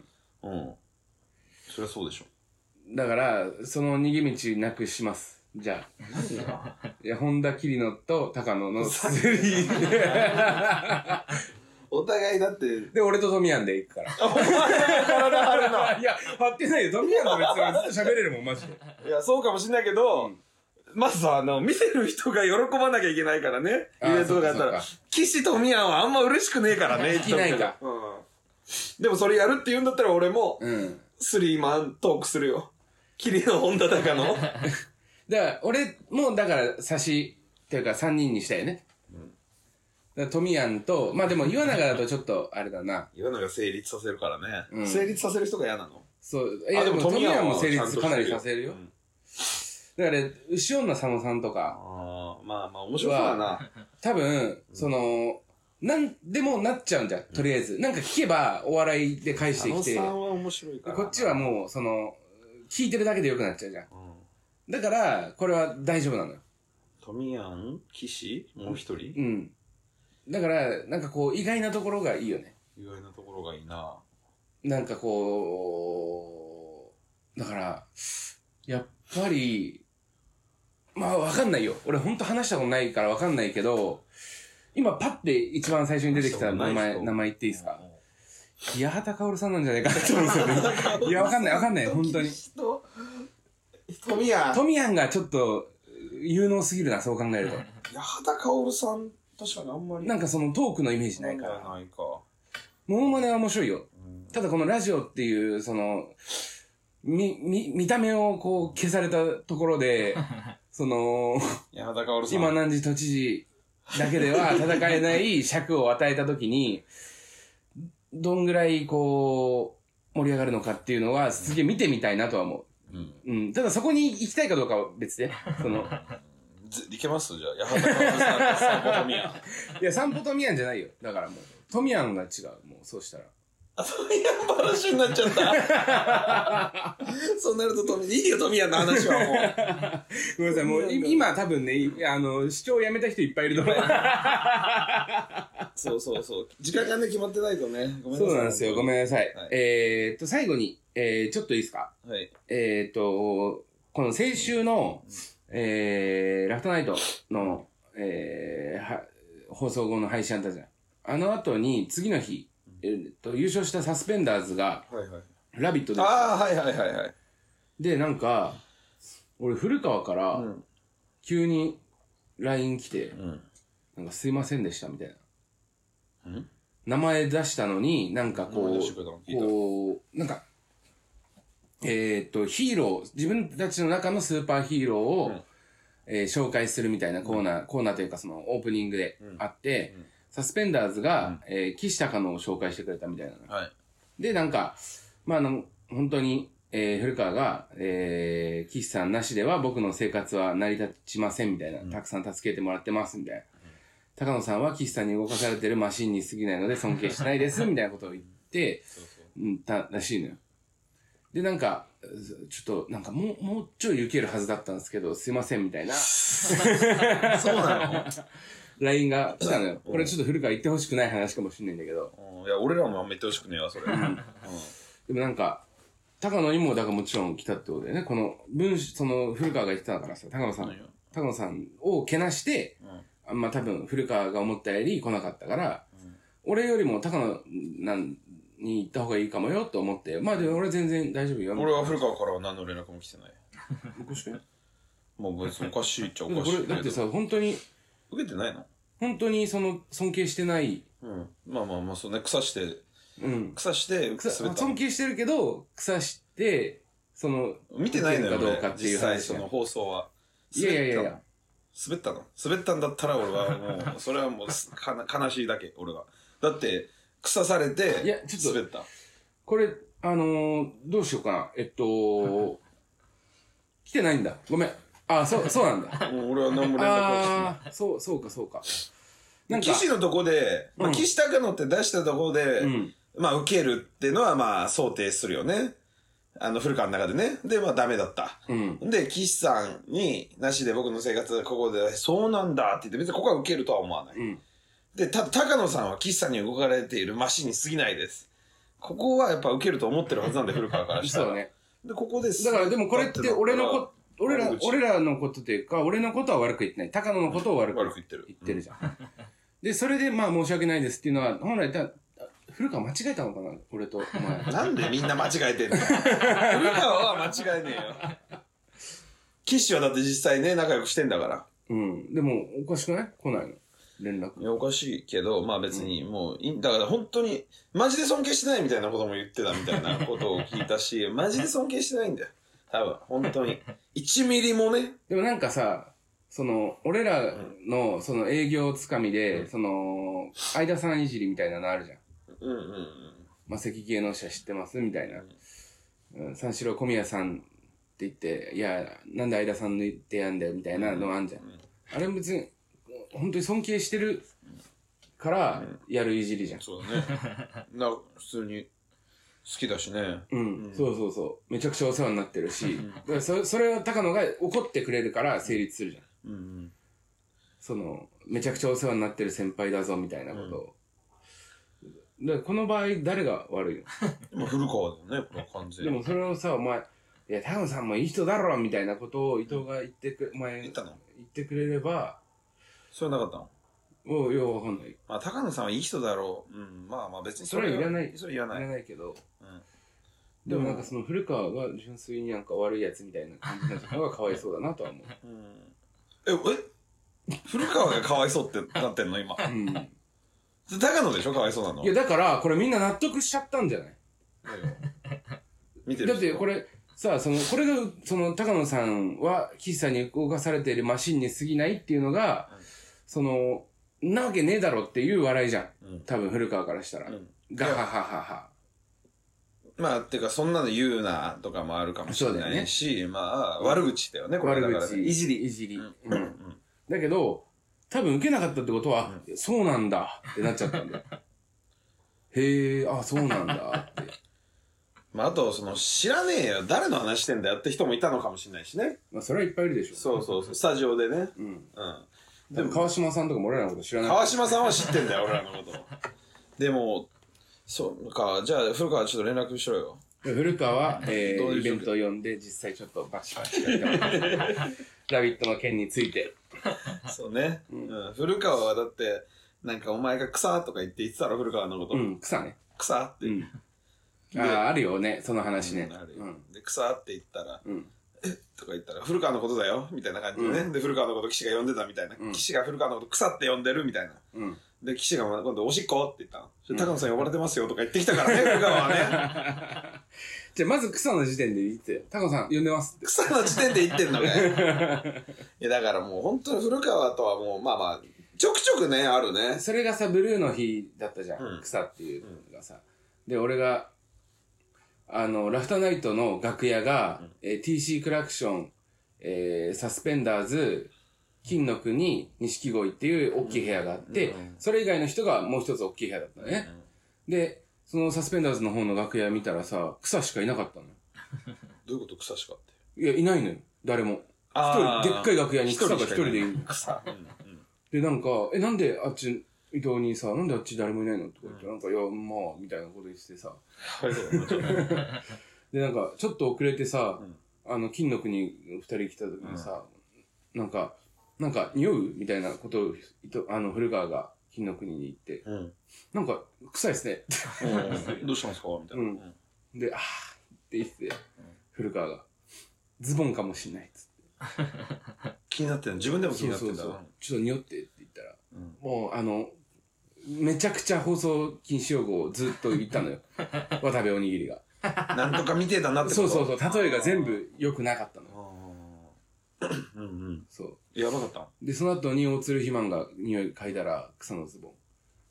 そりゃそうでしょ。だから、その逃げ道なくします。じゃあ。いや、本田桐野と高野のスリー で。お互いだって、で、俺とトミヤンで行くから。お前の体張るな。 いや、張ってないよ。トミヤンと別にずっと喋れるもん、マジで。いや、そうかもしんないけど、まずあの、見てる人が喜ばなきゃいけないからね。あイーベントとかやったそうからそう。岸と宮はあんま嬉しくねえからね、きない人々かがうん。でもそれやるって言うんだったら俺も、うん。スリーマントークするよ。キリの本田高の。だから、俺も、だから、差し、っていうか、3人にしたよね。だからトミヤンと、まあでも、岩永だとちょっと、あれだな。岩永成立させるからね。うん成立させる人が嫌なのそう。いや、でも、あでもトミヤンも成トミヤンはちゃんと立かなりさせるよしてるよ。だから、牛女佐野さんとか、ああ、まあまあ面白そうだな。多分、その、なんでもなっちゃうんじゃん、とりあえず。なんか聞けば、お笑いで返して佐野きて、さこんは面白いから。っちはもう、その、聞いてるだけで良くなっちゃうじゃん。うん。だから、これは大丈夫なのよ。富安、岸、もう一人うん。だから、なんかこう、意外なところがいいよね。意外なところがいいな。なんかこう、だから、やっぱり、まあわかんないよ。俺ほんと話したことないからわかんないけど、今パッて一番最初に出てきた名話したことない前、人名前言っていいですかうん木八幡薫さんなんじゃないかなと思うんですよ ね。いや、わかんない、わかんない、本当に。人、富谷、トミヤンがちょっと、有能すぎるな、そう考えると。八幡薫さん、確かにあんまり。なんかそのトークのイメージないか。ないからないか。モノマネは面白いよ。うんただこのラジオっていう、その、み、み、見た目をこう消されたところで、その、八幡薫さん。今な、何時都知事だけでは戦えない尺を与えたときに、どんぐらいこう、盛り上がるのかっていうのは、すげえ見てみたいなとは思うう。ん。うん。ただそこに行きたいかどうかは別で。その、ぜいけますじゃあ、八幡薫さんと佐藤富谷。いや、散歩トミヤンじゃないよ。だからもう、トミヤンが違う。もう、そうしたら。あ、富谷話になっちゃった。そうなると富、いいよ、富谷の話はもう。ごめんなさい、もう、い今多分ね、いあの、視聴をやめた人いっぱいいると思う。そうそうそう。時間がね、決まってないとね。ごめんなさい。そうなんですよ。ごめんなさい。はいえーっと、最後に、えー、ちょっといいですかん。はい。えーっと、この先週の、えー、ラフトナイトの、えー、は放送後の配信あったじゃん。あの後に、次の日、えーっと、優勝したサスペンダーズが、はいはい。ラビットで、ああ、はいはいはいはい。で、なんか、俺、古川から、ん急に LINE 来て、んなんかすいませんでしたみたいな。ん名前出したのに、なんか名前こ出してくれたの聞う、いたこう、なんか、えーっと、ヒーロー、自分たちの中のスーパーヒーローを、うんえー紹介するみたいなコーナー、コーナーというかそのオープニングであって、サスペンダーズが、えー岸高野を紹介してくれたみたいなのはい。で、なんか、まあ、あの、本当に、えー、古川が、えー、岸さんなしでは僕の生活は成り立ちませんみたいな、たくさん助けてもらってますみたいな。高野さんは岸さんに動かされてるマシンに過ぎないので尊敬しないですみたいなことを言って、うん、た、らしいのよ。で、なんか、ちょっと、なんかもう、もうちょい受けるはずだったんですけど、すいませんみたいな。そう な LINE が来たのよ。これちょっと古川言ってほしくない話かもしれないんだけど。のうんいや、俺らもあんま言ってほしくねえわ、そ れ。でもなんか、高野にも、だからもちろん来たってことだよね。この、文章、その、古川が言ってたからさ、高野さん何よ、高野さんをけなして、あんま多分、古川が思ったより来なかったから、俺よりも高野なんに行った方がいいかもよと思って、まあでも俺全然大丈夫よ。俺は古川からは何の連絡も来てない。おかしくないもう別におかしいっちゃおだってかこしいれ、けど。だってさ、本当に、受けてないの本当にその、尊敬してない。うん。まあまあまあ、そうね、草して、うん。草して、滑っ草たの。尊敬してるけど、草して、その、見てないのよ、見てる俺かどうかっていう実際話その放送は。いやいやいやいや滑ったの。滑ったの滑ったんだったら俺は もう、それはもうすかな、悲しいだけ、俺は。だって、腐されて、いやちょっと滑った。これ、あのー、どうしようかな。えっ と、来てないんだ。ごめん。あ、そう、そ うなんだ。もう俺は何も連絡は来てないああ、そう、そうか、そうか。なんか、岸のとこで、まあうん岸高野って出したとこで、うん。まあ受けるっていうのはまあ想定するよね。あの、古川の中でね。で、まあダメだった。うん。で、岸さんに、なしで僕の生活はここで、そうなんだって言って、別にここは受けるとは思わない。うん。で、た、高野さんは岸さんに動かれているマシンに過ぎないです。ここはやっぱ受けると思ってるはずなんで、古川からした ら。そうね。で、ここです。だからでもこれって俺のこ、俺ら悪、口俺らのことというか、俺のことは悪く言ってない。高野のことを悪く悪く言ってる。言ってるじゃん。で、それでまあ申し訳ないですっていうのは、本来た、古川間違えたのかな俺とお前。なんでみんな間違え てんの古川は間違えねえよ。岸はだって実際ね、仲良くしてんだから。うん。でも、おかしくない来ないの。連絡。いや、おかしいけど、まあ別にもういい、だから本当に、マジで尊敬してないみたいなことも言ってたみたいな ことを聞いたし、マジで尊敬してないんだよ。多分、本 当に。1ミリもね。でもなんかさ、その、俺らの、その営業つかみで、その、相田さんいじりみたいなのあるじゃん。うんうんうん。マセキ芸能者知ってますみたいな。うん、三四郎小宮さんって言って、いや、なんで相田さん抜いてやんだよみたいなのあんじゃん。あれも別に、本当に尊敬してるから、やるいじりじゃん。そうだね。 な、普通に好きだしね。うん、そうそうそう。めちゃくちゃお世話になってるし、だからそそれを高野が怒ってくれるから成立するじゃん。うんうん。その、めちゃくちゃお世話になってる先輩だぞみたいなことを。だからこの場合、誰が悪いのでも古川だよね、これは完全でに。もそれをさ、お前、いや、高野さんもいい人だろみたいなことを伊藤が言ってく、お前、言言ったのってくれれば、それはなかったのもうようわかんない。まあ、高野さんはいい人だろう。うん、まあまあ別にそれはいらない。それはいらない。いらないけど。うんでもなんかその古川が純粋になんか悪いやつみたいな感じになったのがかわいそうだなとは思う。うんえ、え古川がかわいそうってなってんの今。 うん。高野でしょかわいそうなのいや、だから、これみんな納得しちゃったんじゃない見てるだってこれ、れさあそのこれがその高野さんは岸さんに動かされているマシンに過ぎないっていうのが、うんそのんなわけねえだろっていう笑いじゃんうん多分古川からしたら、うんガハハハハまあ、っていうか、そんなの言うなとかもあるかもしれないし、まあ、悪口だよね、これだ悪から口ね。いじりいじり、ううんうんんだけど多分受けなかったってことは、そうなんだってなっちゃった んだよへえあそうなんだってまあ、あと、その、知らねえよ、誰の話してんだよって人もいたのかもしれないしね。まあそれはいっぱいいるでしょそうそうそう、スタジオでね。う、ん、うん。でも川島さんとかも俺らのこと知らない川島さんは知ってんだよ、俺らのこと。でも、そうか、じゃあ、古川ちょっと連絡しろよ。古川は、え どうー、いうイベントを呼んで実際ちょっとバシバシや ってます「ラビット!」の件についてそうね。うん。古川はだって、なんかお前が草とか言って言ってたろ、古川のこと。うん草ね草って。うんあああるよねその話ねうんあるうよんで、草って言ったら、うんとか言ったら、古川のことだよ、みたいな感じでね。で、古川のこと岸が呼んでたみたいな。ん岸が古川のこと草って呼んでるみたいな。うんで、岸が今度おしっこって言ったの。それ高野さん呼ばれてますよとか言ってきたからね、古川はね。じゃあまず草の時点で言ってよ「タコさん呼んでます」って草の時点で言ってんのかよ。いや、だからもう本当に古川とはもう、まあまあ、ちょくちょくね、あるね。それがさブルーの日だったじゃん、うん草っていうのがさで俺があのラフターナイトの楽屋が、えー TC クラクション、えーサスペンダーズ金の国錦鯉っていう大きい部屋があって、それ以外の人がもう一つ大きい部屋だったね、でそのサスペンダーズの方の楽屋見たらさ草しかいなかったのよどういうこと草しかって。いやいないのよ誰もあー一人でっかい楽屋に草が一人でいる草。うんで、なんか、え、なんであっち、伊藤にさ、なんであっち誰もいないのとか言って、なんか、いや、まあ、みたいなこと言ってさ。で、なんか、ちょっと遅れてさ、あの、金の国二人来た時にさ、なんか、なんか、匂うみたいなことを、伊藤あの、古川が金の国に行って、うん。なんか、臭いですね。うんどうしたんですかみたいな。ううんんで、あーって言って、古川が、ズボンかもしんないっつって。気になってんの自分でも気にそうなってそんうだそろう。ちょっと匂ってって言っもうあの、めちゃくちゃ放送禁止用語をずっと 言ったのよ。渡部おにぎりが。なんとか見てたなってこそとうそうう。そう。例えが全部良くなかったのよ。うんうん。そう。やばかったで、その後に大鶴肥満が匂い嗅いだら草のズボ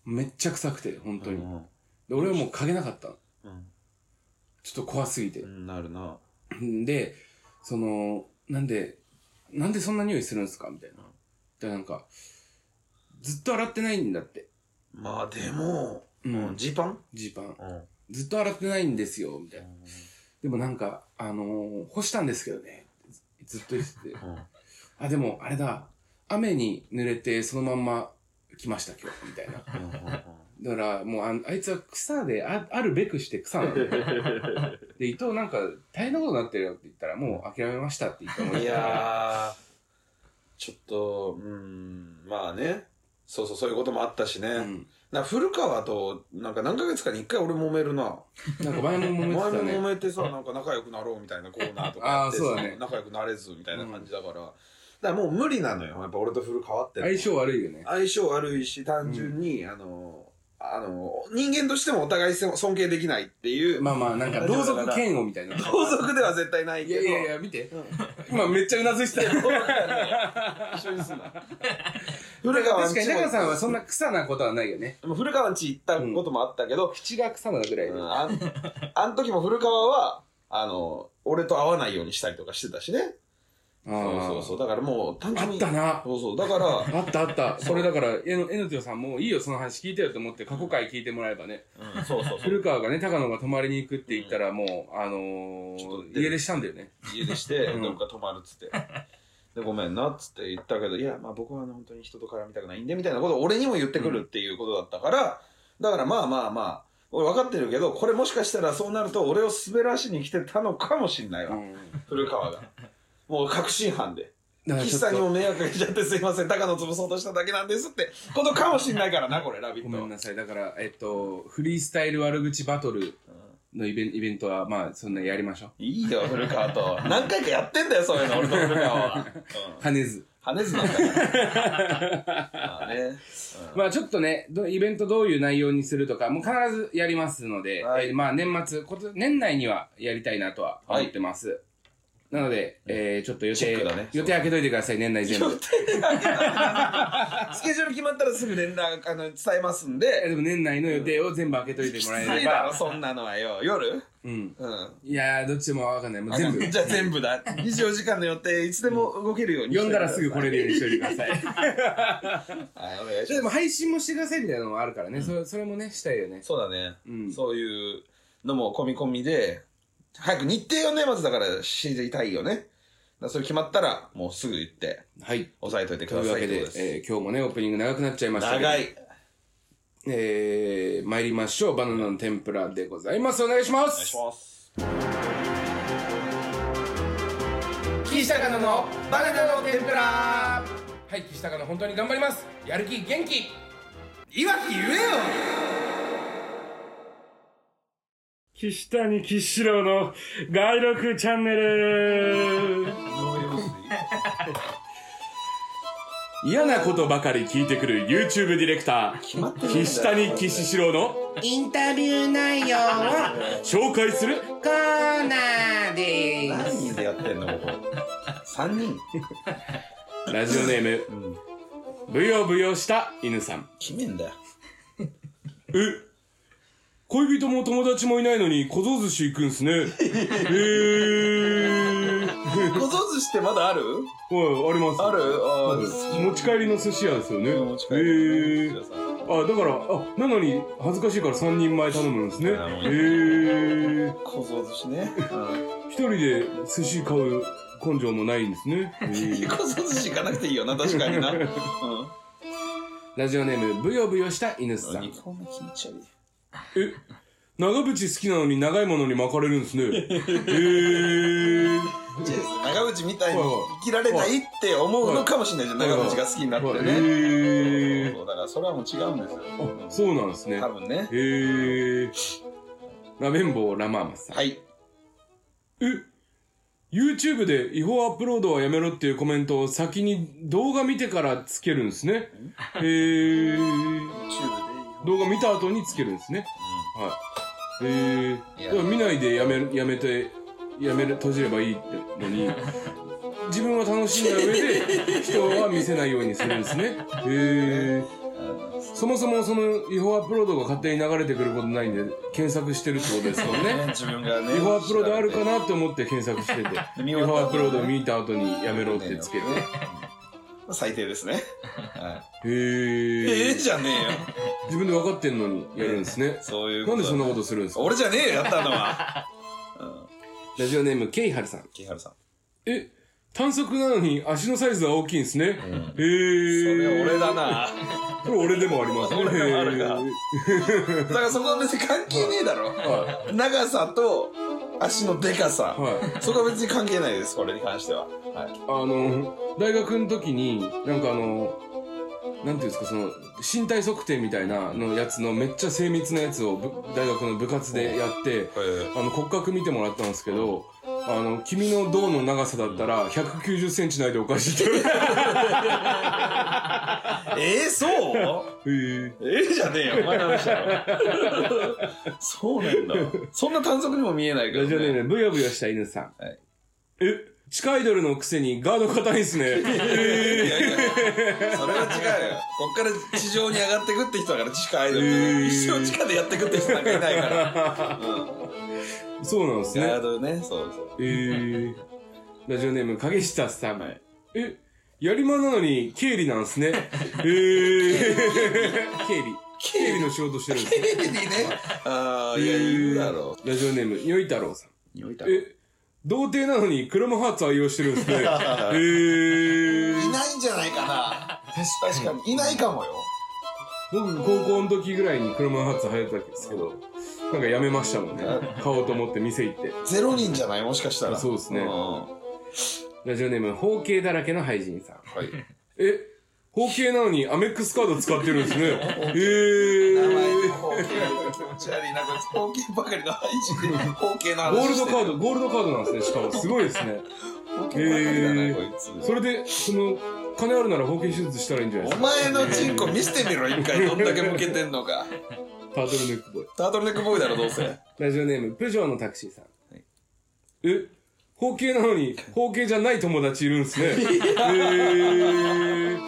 ン。めっちゃ臭くて、本当に。うんで俺はもう嗅げなかったの。うんちょっと怖すぎてう。ん。なるな。で、その、なんで、なんでそんな匂いするんですかみたいな。で、なんか、ずっと洗ってないんだって。まあでも、ううん。。ジーパンジーパン。うん。ずっと洗ってないんですよ、みたいな。でもなんか、あのー干したんですけどね。ずずっと言ってて。あ、でも、あれだ。雨に濡れて、そのまんま来ました、今日。みたいな。だから、もうあん、あいつは草で、ああるべくして草 なんだよ。で、伊藤なんか、大変なことになってるよって言ったら、もう諦めましたって言ったもんいやー、ちょっと、うん、まあね。そうそう、そういうこともあったしね。うん。な古川と、なんか何ヶ月かに一回俺揉めるな。なんか前も揉前めもてた 揉ね。めてさ、なんか仲良くなろうみたいなコーナーとかやってあーそうだねその仲良くなれずみたいな感じだから。だからもう無理なのよ。やっぱ俺と古川って。相性悪いよね。相性悪いし、単純に、あの、あの、人間としてもお互いせ尊敬できないっていう、まあまあ、なんか、同族嫌悪みたいな。い同族では絶対ないけやど。いやいや、見て。今めっちゃうなずいてたよ。一緒にすん な。古川ん確かちに、も中さんはそんな草なことはないよね。もう古川んち行ったこともあったけど、口が草なぐらいで。うんあん あん時も古川は、あの、俺と会わないようにしたりとかしてたしね。そうそうそう。だからもう単あ純っに。たな。そうそう。だ から、あったあった。それだから、えの、えのちょさんもいいよ、その話聞いてよと思って、過去回聞いてもらえばね。うん、そうそうそう。古川がね、高野が泊まりに行くって言ったら、もう、あのちょっとー、出る家出したんだよね。家出して、うんどっか泊まるっつって。で、ごめんなっつって言ったけど、いや、まあ僕はあの本当に人と絡みたくないんで、みたいなことを俺にも言ってくるっていうことだったから、だからまあまあまあ、俺分かってるけど、これもしかしたらそうなると俺を滑らしに来てたのかもしんないわ。うん古川が。もう確信犯で。だからち岸ょっさんにと、も迷惑かけちゃってすいません、高野潰そうとしただけなんですってことかもしんないからな、これ、ラビッごめんト。なさい。だから、えっと、フリースタイル悪口バトルのイベンイベントは、まあ、そんなやりましょう。いいよ、古川と。何回かやってんだよ、そういうの、俺と古川 は。跳ねず。うん。跳ねずなんだから。まあね。まあちょっとね、どイベントどういう内容にするとか、もう必ずやりますので、はいえーまあ年末、こと年内にはやりたいなとは思ってます。なので、えー、ちょっと予チェッ定、クだね予定開けといてください、年内全 ス部。ケジュール決まったらすぐ連絡、あの、伝えますんえーで。でも年内の予定を全部開けといてきつも らえいれだろ、ば。そんなのはよ。夜うん。うん。いやー、どっちでもわかんない。もう全部。じゃあ全部だ。24時間の予定、いつでも動けるように読んだらすぐ来れ。れるように しておいてください。はい、お願いしでまもす。配信もしてくださいみたいなのもあるからね。それそれもね、したいよね。そうだね。うん。そういうのも込み込みで、早く日程をね、まずだから知りたいよね。だからそれ決まったら、もうすぐ言って、はい。押さえといてくとだいうさわいけってこでと、です。えー今日もね、オープニング長くなっちゃいましたけど長い。えー、参りましょう。バナナの天ぷらでございます。お願いしまお願いしす。ます。岸高野のバナナの天ぷら。はい、岸高野、本当に頑張ります。やる気、元気。いわき言えよ岸谷岸四郎の外録チャンネル嫌なことばかり聞いてくる YouTube ディレクター岸谷岸四郎のインタビュー内容を紹介するコーナーで何人でやってんのここ。3人。ラジオネームうん。ぶよぶよした犬さん決めんだよ。え恋人も友達もいないのに小僧寿司行くん すねえー小僧寿司ってまだあるはいありますあるあはい持ち帰りの寿司屋ですよねー持ち帰りえーのね寿司屋さんあだからあなのに恥ずかしいから3人前頼むんですねへえあもういいー、小僧寿司ね。一人で寿司買う根性もないんですね、えうん。ー小僧寿司行かなくていいよな、確かにな。うん。2ラジオネーム、ぶよぶよした犬さん。個目聞いちゃうよ。え長渕好きなのに長いものに巻かれるん ですねへえー、じゃあ長渕みたいに生きられたいって思うのかもしれないじゃん長渕が好きになってへねえそうだからそれはもう違うんですよー、あそうなんですね多分ねへえー、ラベンボーラマーマスさんはいえ YouTube で違法アップロードはやめろっていうコメントを先に動画見てからつけるんですね。へえ。動画見た後につけるんですね。はい。へえ。だから見ないでやめ、やめて、やめる、閉じればいいってのに、 自分は楽しんだ上で、人は見せないようにするんですね。へえ。そもそもその違法アップロードが勝手に流れてくることないんで、検索してるってことですもんね。 自分がね違法アップロードあるかなって思って検索して て違見終わった法アップロード見た後にやめろって つけて 最低ですね。はいへえええじゃねえよ。自分で分かってんのにやるんですねそういうなことんでだそんなことするんですか俺じゃねえよ、やったの は。ラジオネームケイハルさん木原さん。え短足なのに足のサイズは大きいんですね、へえそれ俺だな。これ俺でもありますね俺でもあるかへーだからそこは別に関係ねえだろ。は長さと足のでかさい。はいそこは別に関係ないです、これに関しては。はい。あの大学の時になんかあのなんていうんですかその身体測定みたいなのやつのめっちゃ精密なやつをぶ大学の部活でやってあの骨格見てもらったんですけどあの君の胴の長さだったら1 9 0センチないでおかしいって言われたええそう へええじゃねえよ、お前の話だろ。そうなんだ。そんな短足にも見えないえけど、ラジオネーね。ムブヨブヨした犬さん、はいえ地下アイドルのくせにガード硬いんす ねいへえやいやそれは違うよ。こっから地上に上がってくって人だから地下アイドル。へえ一生地下でやってくって人なんかいないから。そうなんですガねードね、そうそう。えー、ラジオネーム影下さん、はいえやりまなのに経理なんすねえー、経理経理の仕事してるんですねテレビね。ああ、いや、いるだろラジオネームよい太郎さんう。い なえ童貞なのにクロムハーツ愛用してるんですねえー、いんじゃないかな。確かに。いないかもよ。僕高校の時ぐらいにクロムハーツ流行ったんですけどなんかやめましたもんね買おうと思って店行ってゼロ人じゃないもしかしたら。そうですねんはラジオネーム包茎だらけの俳人さんい。え包茎なのにアメックスカード使ってるんですねえ名前ーで包茎気持ち悪いな、こいつ。包茎ばかりの配置で、包茎の話ゴールドカード。ド、ゴールドカードなんですね、し かも。すごいですね。包茎ばかりだえな、ーこいつ。それで、その、金あるなら包茎手術したらいいんじゃないでおすか。前のチンコ見せてみろ、一回。どんだけ向けてんのか。タートルネックボーイ。タートルネックボーイだろ、どうせ。ラジオネーム、プジョーのタクシーさんはい。え包茎なのに、包茎じゃない友達いるんですね。えー、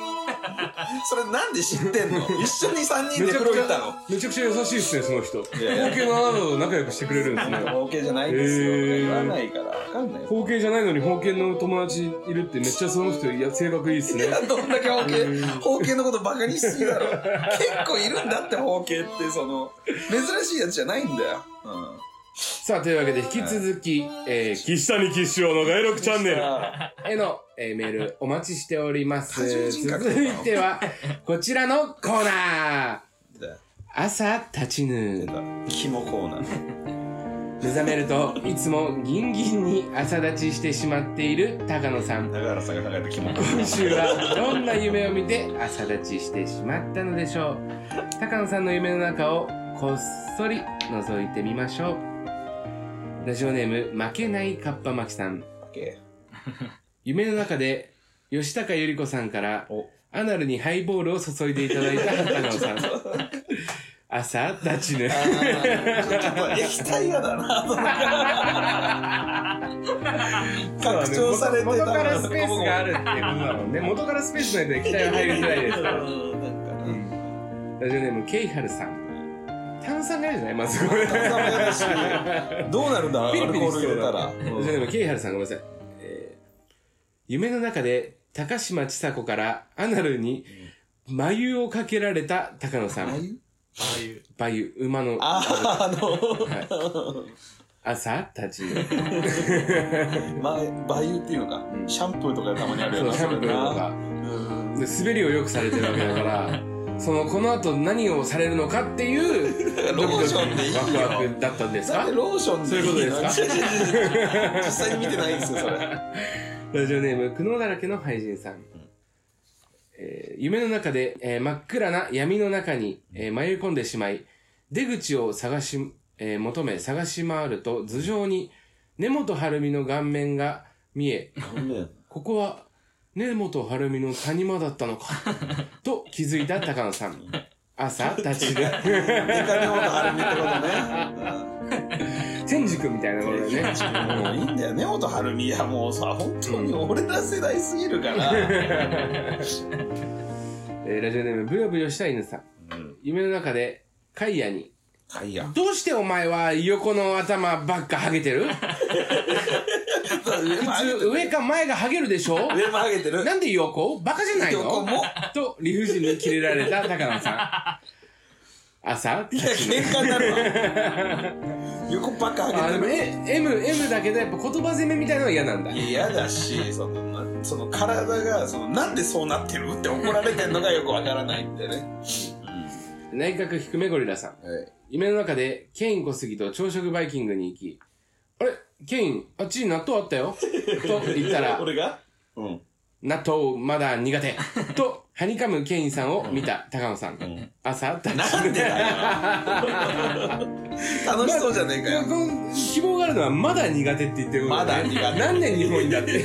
それなんで知ってんの一緒に3人めでち風ゃく呂ち行ったのゃ、めちゃくちゃ優しいですね、その人。包やいや茎のあなたと仲良くしてくれるんですね。包茎じゃないですよ。えー言わないから、わかんないよ。包茎じゃないのに包茎の友達いるってめっちゃその人、いや、性格いいですね。どんだけ包茎、包茎のことバカにしすぎだろ。結構いるんだって、包茎って、その、珍しいやつじゃないんだよ。うん。さあ、というわけで、引き続き、えー、岸谷岸潮の外録チャンネル。への、えーメー ルお待ちしております。多重人格続いては、こちらのコーナだー朝立ちぬ。肝コーナー。目覚めるといつもギンギンに朝立ちしてしまっている高野さん長原さんが考えた肝コーナー。今週はどんな夢を見て朝立ちしてしまったのでしょう高野さんの夢の中をこっそり覗いてみましょうラジオネーム負けないかっぱ巻さん夢の中で吉高由里子さんからおアナルにハイボールを注いでいただいた高野 さん朝立ちぬ ちょっと液体嫌だな。拡張されてた元 からスペースがあるっていうことなのね元からスペースないと液体は入りづらい ですからうんラジオネームケイハルさん炭酸があるじゃないまず これラジ炭酸も嫌だし どうなるんだアピリルピコリーしそル入うれだたら。オネームケイハルさんごめんなさい、えー夢の中で高嶋ちさ子からアナルに眉をかけられた高野さんああいう。眉馬のああ、あの、朝立ちまバイユっていうのか、シャンプーとかでたまにあるそような、シャンプーとかで滑りをよくされてるわけだ からそのこの後何をされるのかって いうローションでいいよワクワクだったんですなかんでローションでいいのそういうことですか違う違う違 う実際に見てないんですよ、 それ。ラジオネーム、苦悩だらけの俳人さん。えー夢の中で、えー真っ暗な闇の中に、えー迷い込んでしまい、出口を探し、えー求め探し回ると頭上に根本晴美の顔面が三重。なんだよ。ここは、根本晴美の谷間だった のか。と気づいた高野さ ん。朝、立ち で。でかいもの晴れみってことね。うん千塾みたいなことでね。もういいんだよね、音晴美はもうさ、本当に俺ら世代すぎるから。えーラジオネーム、ブヨブヨした犬さん。夢の中で、カイヤに、はいや。どうしてお前は横の頭ばっかハゲてる普通上か前がハゲるでしょ上も上げてる。なんで横バカじゃないの横もと理不尽にキレられた高野さん。朝いや、喧嘩になる わ。横ばっかあ上げでもてえ M、M だけどやっぱ言葉攻めみたいのは嫌なんだる。。嫌だし、その、なその体が、その、なんでそうなってるって怒られてんのがよくわからないんでね。内閣低めゴリラさん。はい。夢の中で、ケイン小杉と朝食バイキングに行き、あれケイン、あっちに納豆あっ たよと言ったら、俺がうん。納豆まだ苦手。と、はにかむケインさんを見た高野さん。ん朝、立ちなんでだ よ。楽しそうじゃねえかよ。この希望があるのはまだ苦手って言ってることだよねまだ苦手何年日本にだって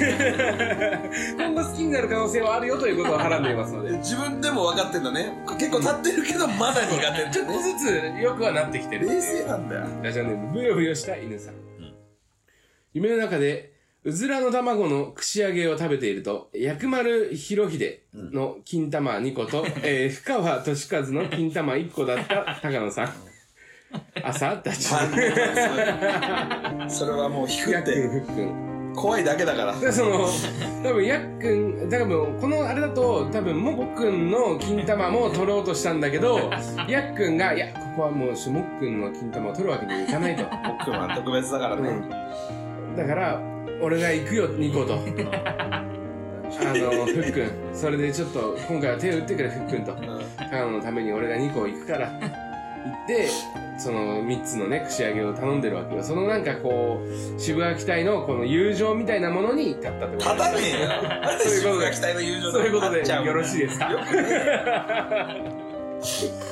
今後好きになる可能性はあるよということをはらんでいますので自分でも分かってんだね。結構経ってるけど、まだ苦手ってちょっとね。ずつ良くはなってきてるってい冷う静なんだよ。ラジオネームブヨブヨした犬さん、夢の中でうずらの卵の串揚げを食べていると薬丸博秀の金玉2個と、えー深川俊和の金玉1個だった高野さん朝立ち残念だねそれそれはもう引くやっっくんてふっくん怖いだけだからでその多分やっくん多分このあれだと多分もっくんの金玉も取ろうとしたんだけどやっくんが「いやここはもうしもっくんの金玉を取るわけにはいかない」と僕は特別だからね、うんだから「俺が行くよ2個と」あのふっくんそれでちょっと今回は手を打ってくれふっくんと高野のために俺が2個行くから行ってその3つのね串揚げを頼んでるわけよそのなんかこう渋垣隊のこの友情みたいなものに立ったってこと立たね えよなんでそういうこと主婦が期待の友情そういうことで立っちゃうよろしいですかよくね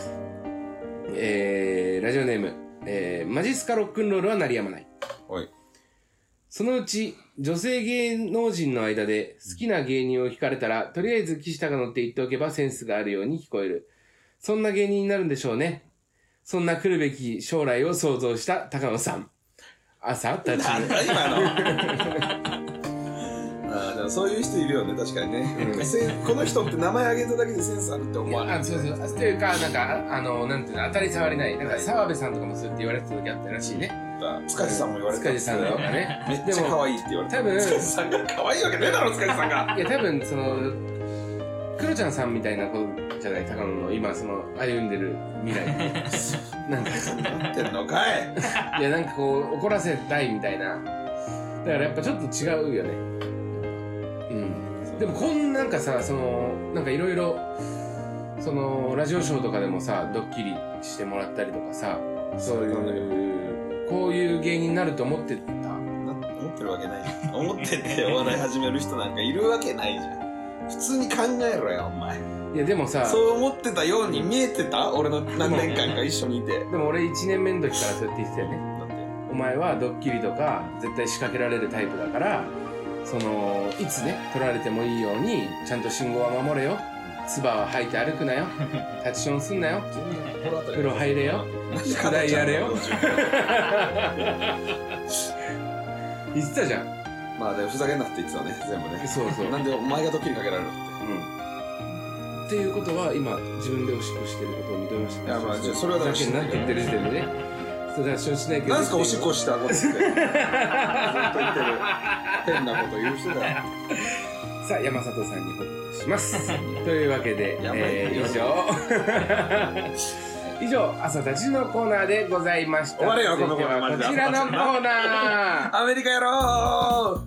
えーラジオネーム、えーマジスカロックンロールは鳴りやまない。おいそのうち、女性芸能人の間で好きな芸人を聞かれたら、とりあえず岸高野って言っておけばセンスがあるように聞こえる。そんな芸人になるんでしょうね。そんな来るべき将来を想像した高野さん。朝、立ち。なんだ今 のあーでもそういう人いるよね確かにね、うんせんこの人って名前挙げただけでセンスあるって思わないあそうそうというかなんかああのなんていうの当たり障りないなんか澤部さんとかもそうやって言われてた時あったらしいね塚地さんも言われて塚地さんとかめねっちゃ可愛いって言われて多分塚地さんが可愛いわけねえだろ塚地さんがいや多分そのクロちゃんさんみたいな子じゃない高野の今その歩んでる未来 なんかなってんのかいいやなんかこう怒らせたいみたいなだからやっぱちょっと違うよねうんでもこんなんかさそのなんかいろいろそのラジオショーとかでもさドッキリしてもらったりとかさそういうこういう芸人になると思ってたな思ってるわけないじゃん思っててお笑い始める人なんかいるわけないじゃん普通に考えろよお前いやでもさそう思ってたように見えてた俺の何年間か一緒にいてでも俺1年目の時からそうやって言ってたよねなんでお前はドッキリとか絶対仕掛けられるタイプだからそのいつね取られてもいいようにちゃんと信号は守れよ唾は吐いて歩く なよ立ちションすんなよ風呂入れよ宿題やれよ言ってたじゃんまあでもふざけんなって言ってたね全部ねそうそう、なんでお前がドッキリかけられるのってうん、っていうことは今自分でおしっこしてることを認めましたいやまあじゃあそれはだだけからになって言ってる時点でねそれは承知しないけど何すかおしっこした ことってずっと言ってる変なこと言う人だよさあ山里さんに報告します というわけで、やばいえー以上 以上朝たちのコーナーでございました終われよこのコーナーマジで続いてはこちらのコ ーナーアメリカやろ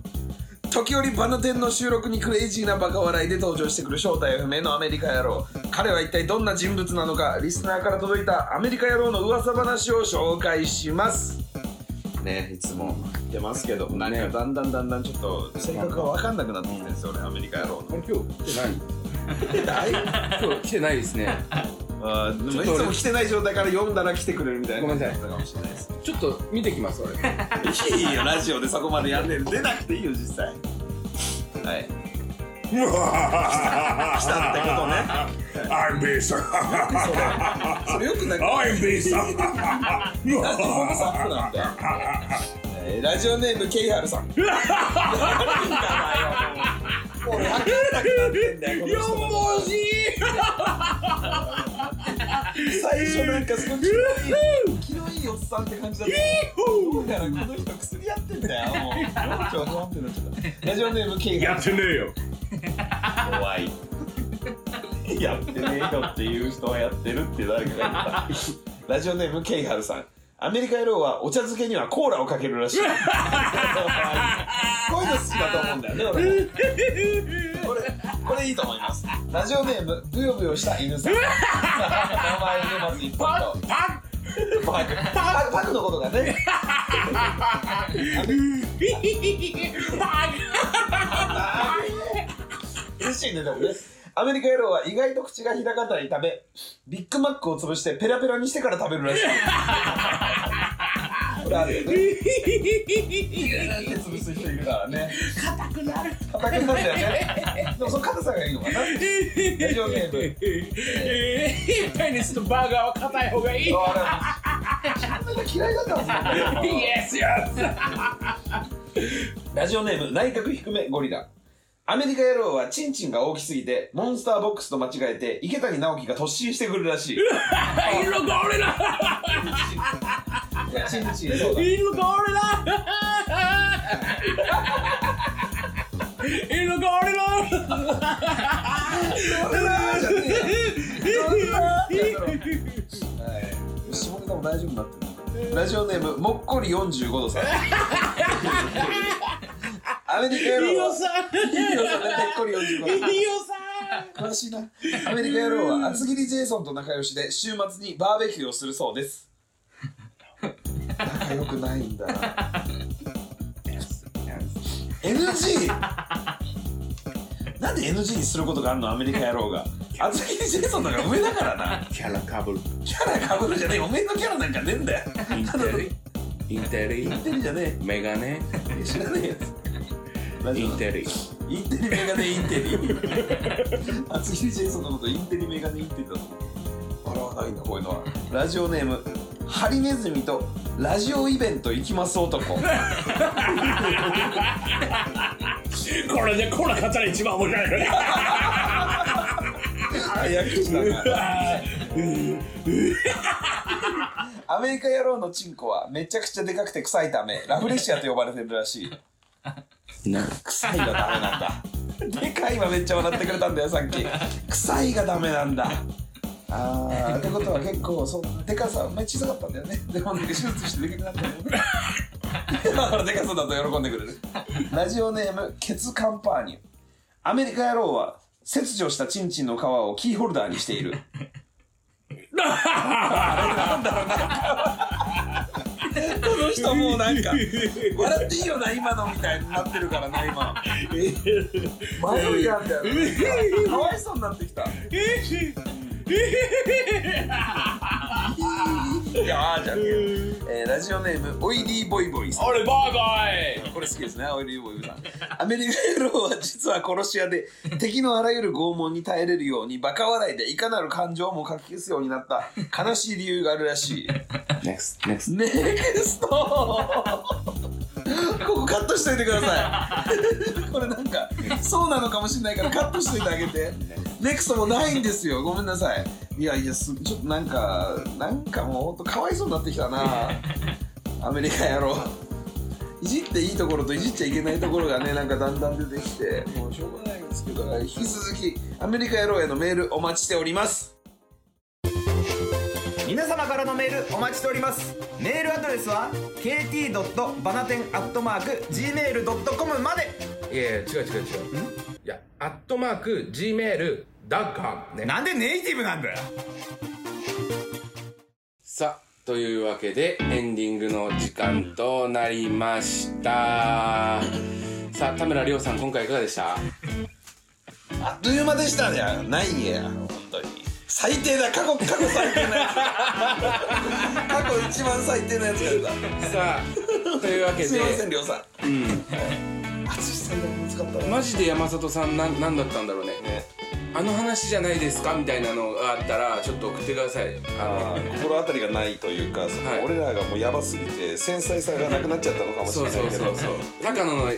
う時折バナテンの収録にクレイジーなバカ笑いで登場してくる正体不明のアメリカ野郎彼は一体どんな人物なのかリスナーから届いたアメリカ野郎の噂話を紹介しますねいつも出ますけどなんかだんだんだんだんちょっと性格が分かんなくなってきてるんですよ俺アメリカ野郎あれ今日来てないの今日来てないですねあーでもいちょっつとも俺来てない状態から読んだら来てくれるみたいなごめんなさいかもしれないですちょっと見てきます 俺いいよラジオでそこまでやんねん出なくていいよ実際はい。うわ来たってことね。 I'm beast. それよくない。 I'm beast. ラジオのサップなんだよ。えーラジオネームケイハル さん。誰だよもうもう分からなくなってんだよ。この人の文字最初なんかすごい気のいい気のいいおっさんって感じだった。どうやらこの人薬やってんだよ。もう今日は不安定になっちゃった。ラジオネームケイハやルっさてん。ねえ よ。怖い。 やってねえよっていう人はやってるって誰かが言った。ラジオネームケイハルさん。アメリカ野郎はお茶漬けにはコーラをかけ るらしい。こういうの好きだと思うんだよね、俺も。これ、これいいと思います。ラジオネーム、ブヨブヨした犬さん。名前でまず一本と。パパク、パク、パクのことがね。嬉しいね、でもね。アメリカ野郎は意外と口が開かないため、ビッグマックを潰してペラペラにしてから食べるらしい。これあるよね。手潰す人いるからね。硬くなる。硬くなるんだよね。でもその硬さがいいのかな。ラジオネーム。えー、ペニスとバーガーは硬い方がいいあれ、そんな嫌いだったんですよ。イエスや ラジオネーム内角低めゴリラアメリカ野郎はチンチンが大きすぎてモンスターボックスと間違えて池谷直樹が突進してくるらしいいイルが俺だ やチンチンそうだイルが俺だイルが俺だじゃねえよはい下ネタも大丈夫になってるラジオネームもっこり45度さんアメリカ野リ郎オはさいいよそれもっこり45度んリオさん詳しいなアメリカ野郎は厚切りジェイソンと仲良しで週末にバーベキューをするそうです仲良くないんだ NG なんで NG にすることがあるのアメリカ野郎が厚切りジェイソンなんか上だからなキャラかぶる。キャラかぶるじゃねえおめえのキャラなんかねえんだよインテリインテリインテリじゃねメガネえ知らねえやつラジイオンテリインテリメガネインテリ厚切りジェイソンのことインテリメガネインテリだと笑わないんだこういうのはラジオネームハリネズミとラジオイベント行きます男これでコーラ買ったら一番面白いよね早口だなアメリカ野郎のチンコはめちゃくちゃでかくて臭いためラフレシアと呼ばれてるらしい臭いがダメなんだ でかいはめっちゃ笑ってくれたんだよさっき臭いがダメなんだあーってことは結構そうでかさお前小さかったんだよねでもなんか手術してでかくなったんだよねだからでかさだと喜んでくれるラジオネームケツカンパーニュアメリカ野郎は切除したチンチンの皮をキーホルダーにしている この人もうなんか笑っていいよな今のみたいになってるからな今迷いがあんだよなかわいそうになってきたいやーじゃねえよえーラジオネームオイリーボイボイさん俺バーガーこれ好きですねオイリーボイボイさんアメリカ野郎は実は殺し屋で敵のあらゆる拷問に耐えれるようにバカ笑いでいかなる感情もかき消すようになった悲しい理由があるらしい NEXT NEXT ネク ストここカットしといてくださいこれなんかそうなのかもしれないからカットしといてあげてネクストもないんですよごめんなさいいやいやすちょっとなんかなんかもうほんとかわいそうになってきたなアメリカ野郎いじっていいところといじっちゃいけないところがねなんかだんだん出てきてもうしょうがないんですけど引き続きアメリカ野郎へのメールお待ちしております皆様からのメールお待ちしておりますメールアドレスは kt. バナテンアットマーク gmail.com までいやいや違う違う違ういやアットマーク Gmail ダッカーねなんでネイティブなんだよさあというわけでエンディングの時間となりましたさあ田村亮さん今回いかがでしあたっという間でしたじゃないや本当に最低だ過去過去最低な やつ過去一番最低なやつが出たさあというわけですいませんりょうさんうん淳さんが難かったなマジで山里さんなんなんだったんだろうねあの話じゃないですかみたいなのがあったらちょっと送ってくださいあのあー心当たりがないというか、そのはい俺らがもうやばすぎて繊細さがなくなっちゃったのかもしそれうないけそどうそうそう高野の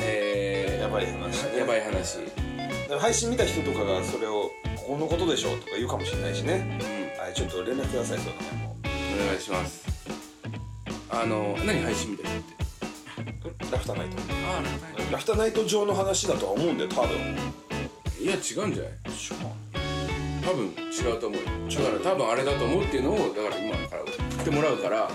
えやばい話ー、ねやばい話配信見た人とかがそれを「ここのことでしょ」とか言うかもしれないしね、はい、ちょっと連絡くださいそうだねもお願いしますあの何配信みたいなのってうラフターナイトあラフターナイト上の話だとは思うんだよ多分いや違うんじゃない多分違うと思うよだから多分あれだと思うっていうのをだから今から送ってもらうから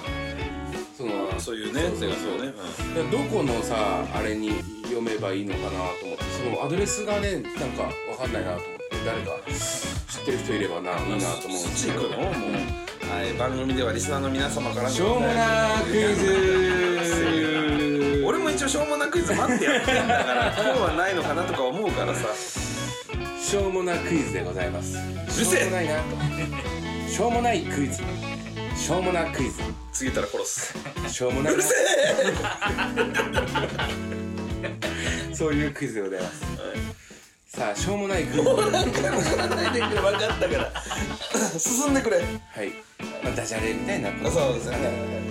そのそういうねそうそうそうね、いやどこのさあれに読めばいいのかなと思ってそのアドレスがねなんかわかんないなと思って誰か知ってる人いればないいなと思うんですけどのもう、はい、番組ではリスナーの皆様からのしょうもなクイズ 俺も一応しょうもなクイズ待ってやってんだから今日はないのかなとか思うからさしょうもなクイズでございますせえしょうもないなとしょうもないクイズしょうもなクイズ次言ったら殺すしょうもないなそういうクイズでございます、さあしょうもないクイズないでくれ分かった から進んでくれはい、まあ、ダジャレみたいなことそうですね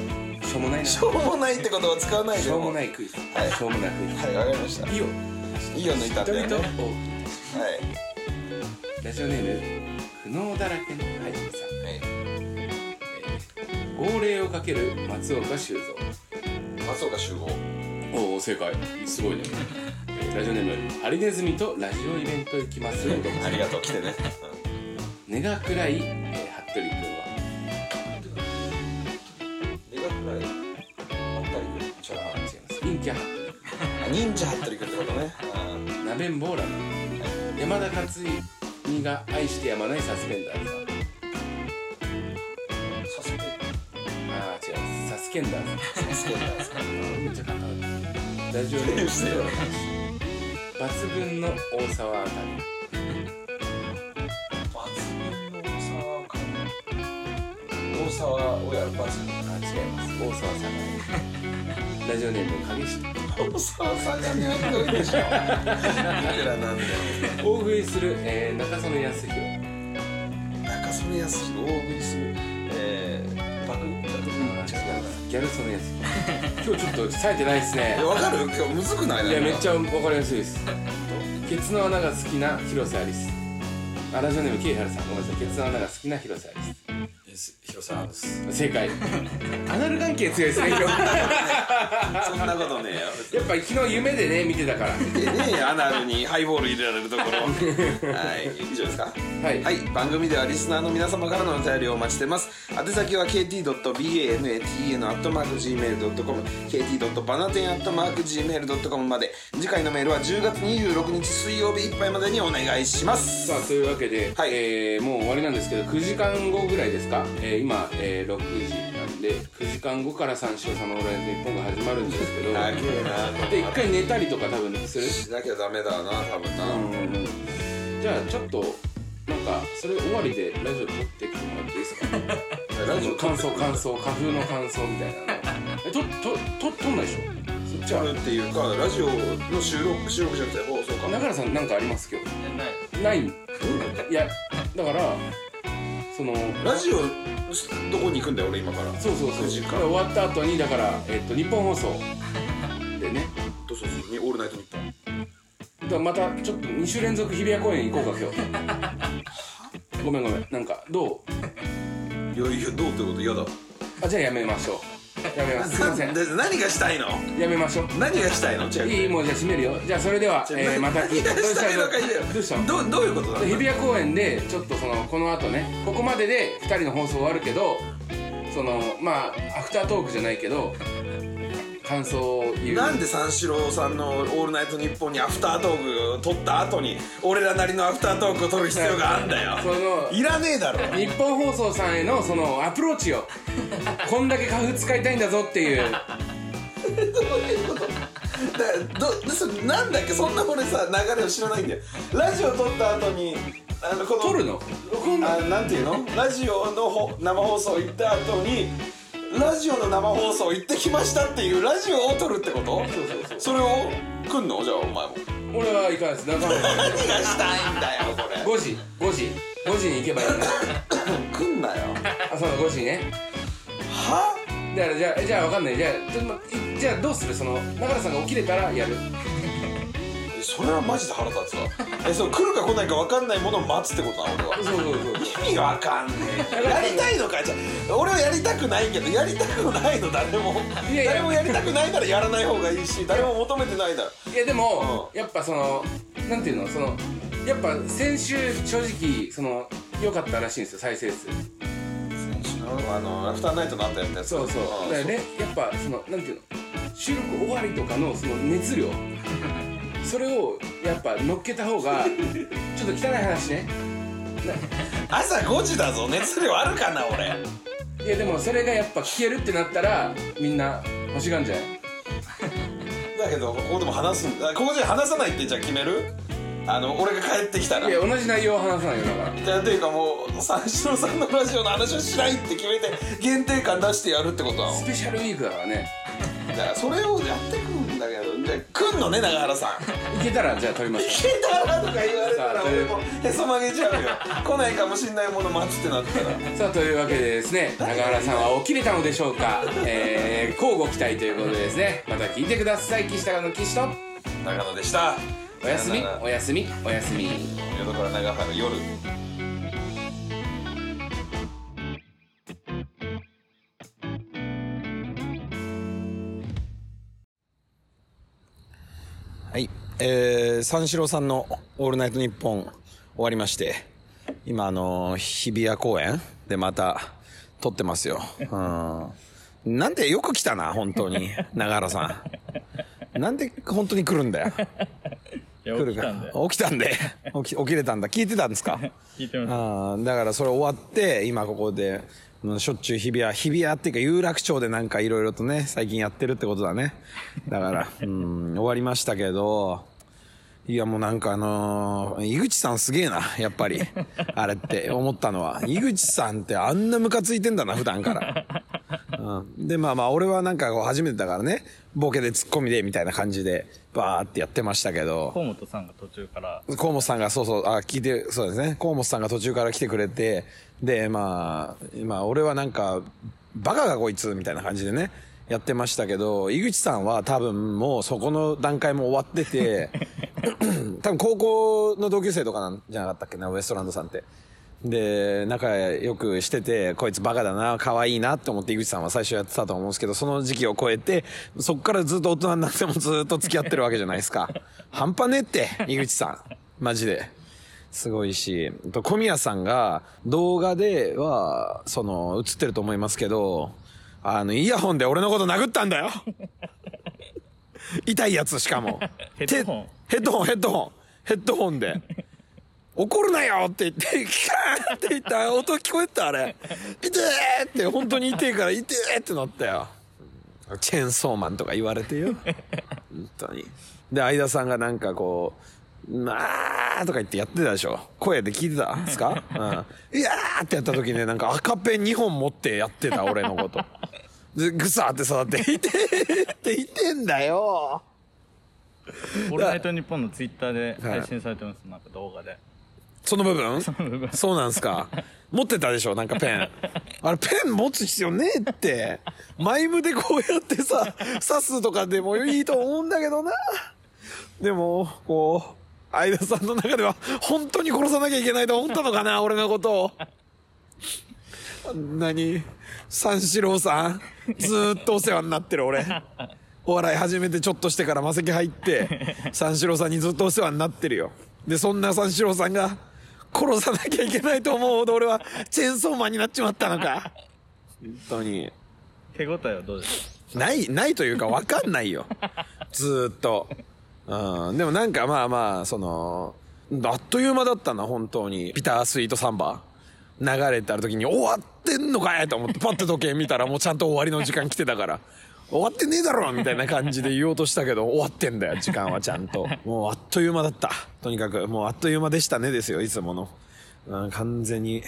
しょうもないなしょうもないって言葉使わないでしょうもないいクイズ、はいしょうもなクイズはいわかりましたいいよいいよ抜いたんだよね人はい々をラジオネーム苦悩だらけの俳優さんはい号令をかける松岡修造松岡集合おお正解すごいね えーラジオネームハリネズミとラジオイベント行きますありがとう来てね根が暗い、えー、服部君はでかくないあったりくるじゃ違います陰キャ服あ忍者ハットリくんってことねうん部なべんぼうらの山田勝己が愛してやまないサスペンダーズさんサスペンあー違いますサスケンダーズサスペンダーですかめっちゃ簡単ラジオネームしてよ抜群の大沢あたり抜群の大沢か大沢をやるバツあ違います大沢さんラジオネーム影下大沢さんが似合ってるでしょ彼らなんだよ大食いする、えー、中曽根康弘中曽根康弘大食いするえーバグギャル曽根康弘今日ちょっと冴えてないですねえわかる今日むずくないいやめっちゃゃ分かりやすいですケツの穴が好きな広瀬アリスあラジオネームケイハルさんごめんなさいケツの穴が好きな広瀬アリ広沢ですス正解アナル関係強いですね今日そんなことねえよやっぱ昨日夢でね見てたからでねアナルにハイボール入れられるところはい以上ですかはいはい、番組ではリスナーの皆様からのお便りをお待ちしてます宛先は kt.banatn.gmail.com kt.banatn.gmail.com まで次回のメールは10月26日水曜日いっぱいまでにお願いしますさあというわけで、はいえーもう終わりなんですけど9時間後ぐらいですか、えー今、えー6時なんで9時間後から三四郎さんの「オールナイトニッポン」が始まるんですけど長えなで一回寝たりとか多分するしなきゃダメだな多分な、じゃあちょっとなんかそれ終わりでラジオ撮ってきてもらっていいですかラジオ感想感想花粉の感想みたいなのえととと撮んないでしょそっちあはるっていうかラジオの収録収録じゃなくて放送か中原さんなんかあります今日ないないいやだからそのラジオどこに行くんだよ俺今からそうそうそう9時間これ終わった後にだから、えっと日本放送でねそうそうそうオールナイトニッポンだからまたちょっと2週連続日比谷公園行こうか今日 ごめんごめんなんかどういやいやどうってこと嫌だあじゃあやめましょうやめ ますすいませんで何がしたいのやめましょう何がしたいの違ういいもうじゃあ閉めるよじゃあそれでは、えー、また 何がしたいのかいいよどうしたのどどういうことなので日比谷公園でちょっとそのこの後ねここまでで2人の放送終わるけどそのまあアフタートークじゃないけど感想を言うなんで三四郎さんの「オールナイトニッポン」にアフタートークを取った後に俺らなりのアフタートークを取る必要があんだよそのいらねえだろ日本放送さんへのそのアプローチをこんだけ花粉使いたいんだぞっていうだどでそれなんだっけそんな俺さ流れを知らないんだよラジオ撮った後にあのこの撮るのこんなあなんていうのラジオのほ生放送行った後にラジオの生放送行ってきましたっていうラジオを撮るってことそれを来んのじゃあお前も俺はいかないです中何村がしたいんだよこれ5時5時5時に行けばいいんだ来んなよあそうだ5時にねはだからじゃあじゃあわかんないじゃあちょっとまいじゃあどうするその中田さんが起きれたらやるそれはマジで腹立つわえそう来るか来ないか分かんないものを待つってことな俺はそうそうそう意味わかんねえやりたいのかじゃあ俺はやりたくないけどやりたくないの誰もいやいや誰もやりたくないならやらない方がいいし誰も求めてないならいやでも、やっぱそのなんていうのそのやっぱ先週正直その良かったらしいんですよ再生数あのラフターナイトの後やったやつそうそうああだからねやっぱそのなんていうの収録終わりとかのその熱 量それをやっぱ乗っけた方がちょっと汚い話ね朝5時だぞ熱量あるかな俺いやでもそれがやっぱ聞けるってなったらみんな欲しがんじゃないだけどここでも話すんだここで話さないってじゃあ決めるあの俺が帰ってきたらいや同じ内容を話さないよだからじゃあというかもう三四郎さんのラジオの話をしないって決めて限定感出してやるってことなのスペシャルウィークだからねだからそれをやってくんだけどじゃあ来んのね永原さんいけたらじゃあ撮りましょう聞いたらとか言われたら俺もへそ曲げちゃうよ来ないかもしんないもの待つってなったらさあというわけでですね中原さんは起きれたのでしょ うか、えー、交互期待ということでですねまた聞いてください岸高の岸と長野でしたおやすみさよならおやすみおやすみ淀川長原夜はい、えー、三四郎さんの「オールナイトニッポン」終わりまして今あのー日比谷公園でまた撮ってますよ、うん、なんでよく来たな本当に永原さんなんで本当に来るんだよいや来起るきたんだよか起きたんで 起き起きれたんだ聞いてたんですか聞いてまあーだからそれ終わって今ここでうんしょっちゅう日比谷日比谷っていうか有楽町でなんかいろいろとね最近やってるってことだねだからうん終わりましたけどいやもうなんかあのー井口さんすげえなやっぱりあれって思ったのは井口さんってあんなムカついてんだな普段から、うん、でまあまあ俺はなんかこう初めてだからねボケでツッコミでみたいな感じでバーってやってましたけど河本さんが途中から河本さんが、そうそう、あ、聞いて、そうですね。河本さんが途中から来てくれて、で、まあ、まあ、俺はなんか、バカがこいつ、みたいな感じでね、やってましたけど、井口さんは多分もうそこの段階も終わってて、多分高校の同級生とかなんじゃなかったっけな、ウエストランドさんって。で、仲良くしてて、こいつバカだな、可愛いなって思って井口さんは最初やってたと思うんですけど、その時期を超えて、そっからずっと大人になってもずっと付き合ってるわけじゃないですか。半端ねえって、井口さん。マジで。すごいし、と小宮さんが動画では、その、映ってると思いますけど、あの、イヤホンで俺のこと殴ったんだよ痛いやつしかも。ヘッドホンヘッドホン、ヘッドホン、ヘッドホンで。怒るなよって言って、キャーって言った音聞こえてたあれ。痛えって、本当に痛えから痛えってなったよ。チェーンソーマンとか言われてよ。本当に。で、相田さんがなんかこう、なーとか言ってやってたでしょ。声で聞いてたんですかうん。いやーってやった時ね、なんか赤ペン2本持ってやってた、俺のこと。で、ぐさーってさって、いてーって言ってんだよ。 「オールナイトニッポン」のツイッターで配信されてますなんか動画でその部分部分そうなんすか。持ってたでしょなんかペン。あれ、ペン持つ必要ねえって。マイムでこうやってさ、刺すとかでもいいと思うんだけどな。でも、こう、相田さんの中では、本当に殺さなきゃいけないと思ったのかな俺のことを。何三四郎さんずーっとお世話になってる俺。お笑い始めてちょっとしてから魔石入って、三四郎さんにずっとお世話になってるよ。で、そんな三四郎さんが、殺さなきゃいけないと思うほど俺はチェーンソーマンになっちまったのか。本当に。手応えはどうですかない、ないというか分かんないよ。 ずーっと。うん。でもなんかまあまあ、その、あっという間だったな、本当に。ビタースイートサンバー。流れた時に終わってんのかいと思って、パッて時計見たらもうちゃんと終わりの時間来てたから。終わってねえだろみたいな感じで言おうとしたけど、終わってんだよ、時間はちゃんと。もうあっという間だった。とにかく、もうあっという間でしたねですよ、いつもの。うん、完全に、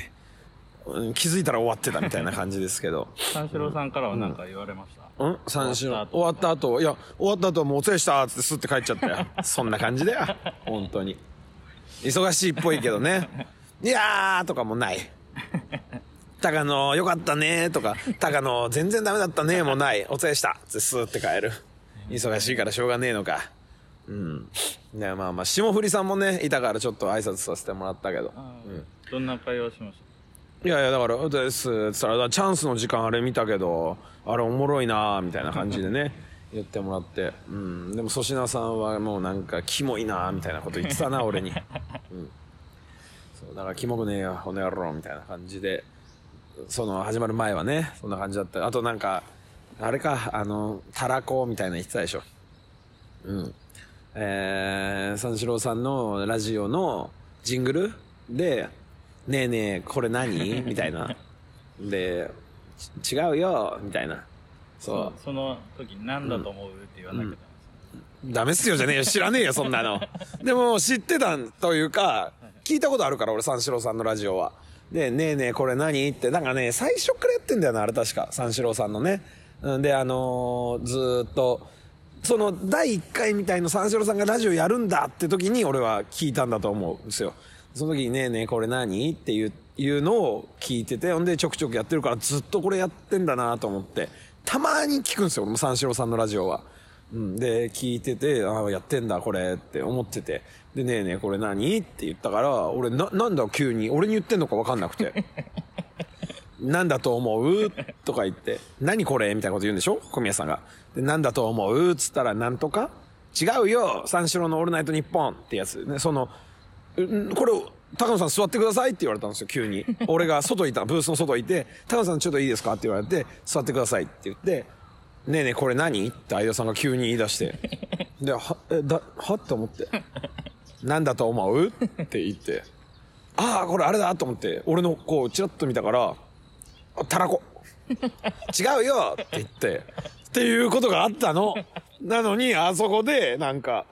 うん気づいたら終わってたみたいな感じですけど。三四郎さんからは何か言われました、うん三四郎終終わわっった後いや終わった後はもうお疲れしたっつってスッて帰っちゃっ たよそんな感じだよ本当に忙しいっぽいけ どねいやーとかもない高野よかったねとか高野全然ダメだったねもないお疲れしたっつってスッて帰る忙しいからしょうがねえのかうんねまあまあ霜降りさんもねいたからちょっと挨拶させてもらったけどどんな会話しましいやいやだから「うざいっす」っつったらだからチャンスの時間あれ見たけどあれおもろいなーみたいな感じでね言ってもらって、うん、でも粗品さんはもうなんかキモいなーみたいなこと言ってたな俺に、うん、そうだからキモくねえよこの野郎みたいな感じでその始まる前はねそんな感じだったあとなんかあれかあのたらこみたいなの言ってたでしょうんえー、三四郎さんのラジオのジングルで「ねえねえこれ何?」みたいなで「ち違うよ」みたいなたそうその時何だと思うって言わなきゃダメダメっすよじゃねえよ知らねえよそんなのでも知ってたというか聞いたことあるから俺三四郎さんのラジオはで「ねえねえこれ何?」ってなんかね最初からやってんだよなあれ確か三四郎さんのねうんであのーずーっとその第1回みたいの三四郎さんがラジオやるんだって時に俺は聞いたんだと思うんですよその時に「ねえねえこれ何?」っていういうのを聞いててほんでちょくちょくやってるからずっとこれやってんだなと思ってたまに聞くんですよ俺も三四郎さんのラジオは。うん、で聞いてて「ああやってんだこれ」って思ってて「でねえねえこれ何?」って言ったから俺ななんだ急に俺に言ってんのか分かんなくて「なんだと思う?」とか言って「何これ?」みたいなこと言うんでしょ小宮さんが。で「なんだと思う?」っつったら「なんとか違うよ三四郎のオールナイトニッポン」ってやつねそのうんこれを高野さん座ってくださいって言われたんですよ急に俺が外いたブースの外いて「高野さんちょっといいですか?」って言われて「座ってください」って言って「ねえねえこれ何?」って相田さんが急に言い出してで「はえだはっ?」て思って「なんだと思う?」って言って「ああこれあれだ」と思って俺のこうチラッと見たから「あたらこ」違うよって言って、っていうことがあったの。なのに、あそこで、なんか、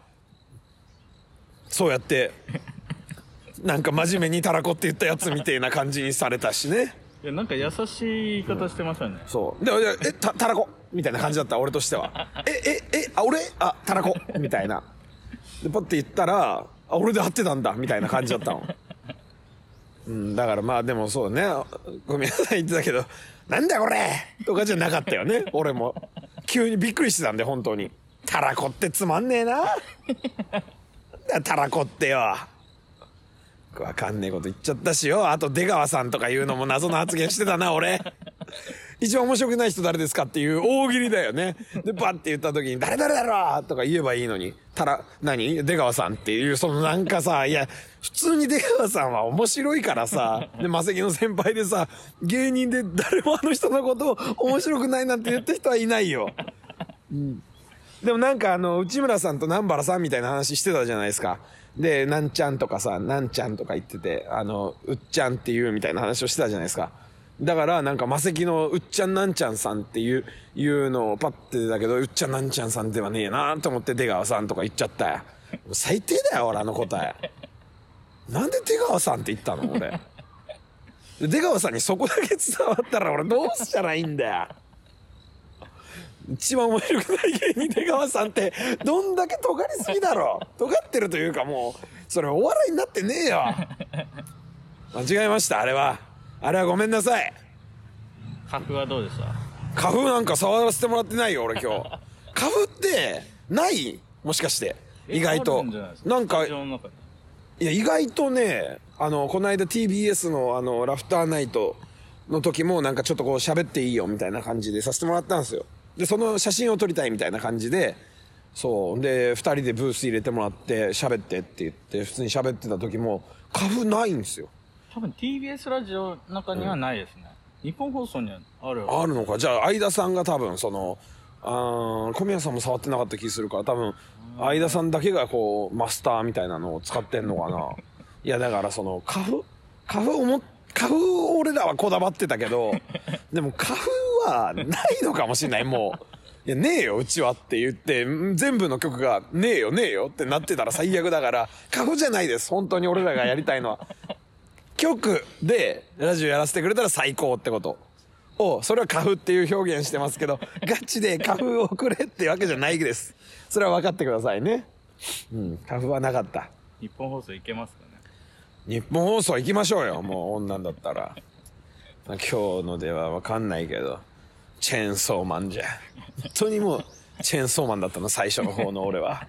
そうやって、なんか真面目にたらこって言ったやつみたいな感じにされたしね。いやなんか優しい言い方してましたね、そう。で、いやえ、た、たらこみたいな感じだった、俺としては。え、え、え、あ、俺あ、たらこみたいな。で、パッて言ったら、あ、俺で合ってたんだみたいな感じだったの。うん、だからまあでもそうね、ごめんなさい言ってたけど、なんだこれとかじゃなかったよね、俺も。急にびっくりしてたんで、本当に。たらこってつまんねえな。 なんだたらこってよ。わかんねえこと言っちゃったしよ。あと出川さんとかいうのも謎の発言してたな、俺。一番面白くない人誰ですかっていう大喜利だよね。で、バッて言った時に、誰誰だろうとか言えばいいのに、たら、何出川さんっていう、そのなんかさ、いや、普通に出川さんは面白いからさ、で、マセキの先輩でさ、芸人で誰もあの人のことを面白くないなんて言った人はいないよ。でもなんかあの、内村さんと南原さんみたいな話してたじゃないですか。で、なんちゃんとかさ、なんちゃんとか言ってて、あの、うっちゃんっていうみたいな話をしてたじゃないですか。だからなんか、マセキのうっちゃんなんちゃんさんっていう、いうのをパッて出たけど、うっちゃんなんちゃんさんではねえなと思って出川さんとか言っちゃったよ。もう最低だよ、俺あの答え。なんで出川さんって言ったの俺。で出川さんにそこだけ伝わったら俺どうしたらいいんだよ。一番面白くない芸人出川さんってどんだけ尖りすぎだろ尖ってるというかもうそれお笑いになってねえよ間違えましたあれはあれはごめんなさい家風はどうでした花粉なんか触らせてもらってないよ俺今日花粉ってないもしかして意外あとるんじゃないですなんか会場の中にいや、意外とね、あの、この間 TBS のあの、ラフターナイトの時もなんかちょっとこう喋っていいよみたいな感じでさせてもらったんですよ。で、その写真を撮りたいみたいな感じで、そう。で、二人でブース入れてもらって喋ってって言って、普通に喋ってた時も、花粉ないんですよ。多分 TBS ラジオの中にはないですね、日本放送にはあるあるのか。じゃあ、相田さんが多分その、あー小宮さんも触ってなかった気するから、多分、相田さんだけがこう、マスターみたいなのを使ってんのかな。いや、だからその、花粉花粉をも、花粉を俺らはこだわってたけど、でも花粉はないのかもしれない、もう。いや、ねえよ、うちはって言って、ん全部の曲が、ねえよ、ねえよってなってたら最悪だから、花粉じゃないです。本当に俺らがやりたいのは。局でラジオやらせてくれたら最高ってこと。をそれは花粉っていう表現してますけどガチで花粉をくれってわけじゃないですそれは分かってくださいね、うん、花粉はなかった日本放送いけますかね日本放送行きましょうよもう女だったら今日のでは分かんないけどチェーンソーマンじゃ本当にもうチェーンソーマンだったの最初の方の俺は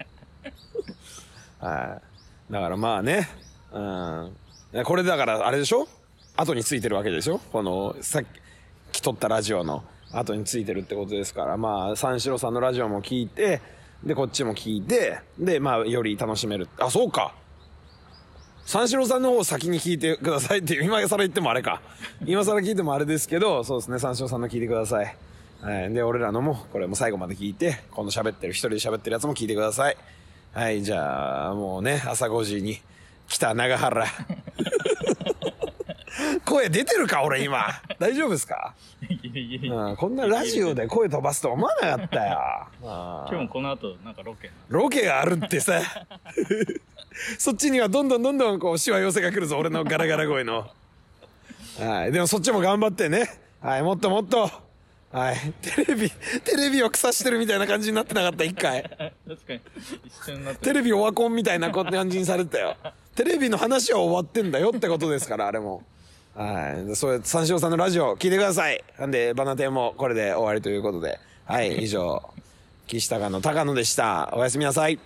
はいだからまあねうんこれだからあれでしょ後についてるわけでしょこのさっき撮ったラジオの後についてるってことですからまあ三四郎さんのラジオも聞いてでこっちも聞いてでまあより楽しめるあそうか三四郎さんの方を先に聞いてくださいっていう、今更言ってもあれか。今更聞いてもあれですけど、そうですね、三四郎さんの聞いてください。はい、で、俺らのも、これも最後まで聞いて、今度喋ってる、一人で喋ってるやつも聞いてください。はい、じゃあ、もうね、朝5時に、北長原。 声出てるか俺今。大丈夫ですか、 ギリギリ今うん、こんなラジオで声飛ばすと思わなかったよ。日もこの後なんかロケロケがあるってさ そっちにはどんどんどんどんこうしわ寄せが来るぞ俺のガラガラ声のはいでもそっちも頑張ってねはいもっともっとはいテレビテレビを腐してるみたいな感じになってなかった一回な確かに一緒になってテレビオワコンみたいなこんな感じにされてたよテレビの話は終わってんだよってことですからあれもはいそれ三四郎さんのラジオ聞いてくださいなんでバナテンもこれで終わりということではい以上岸高の高野でしたおやすみなさい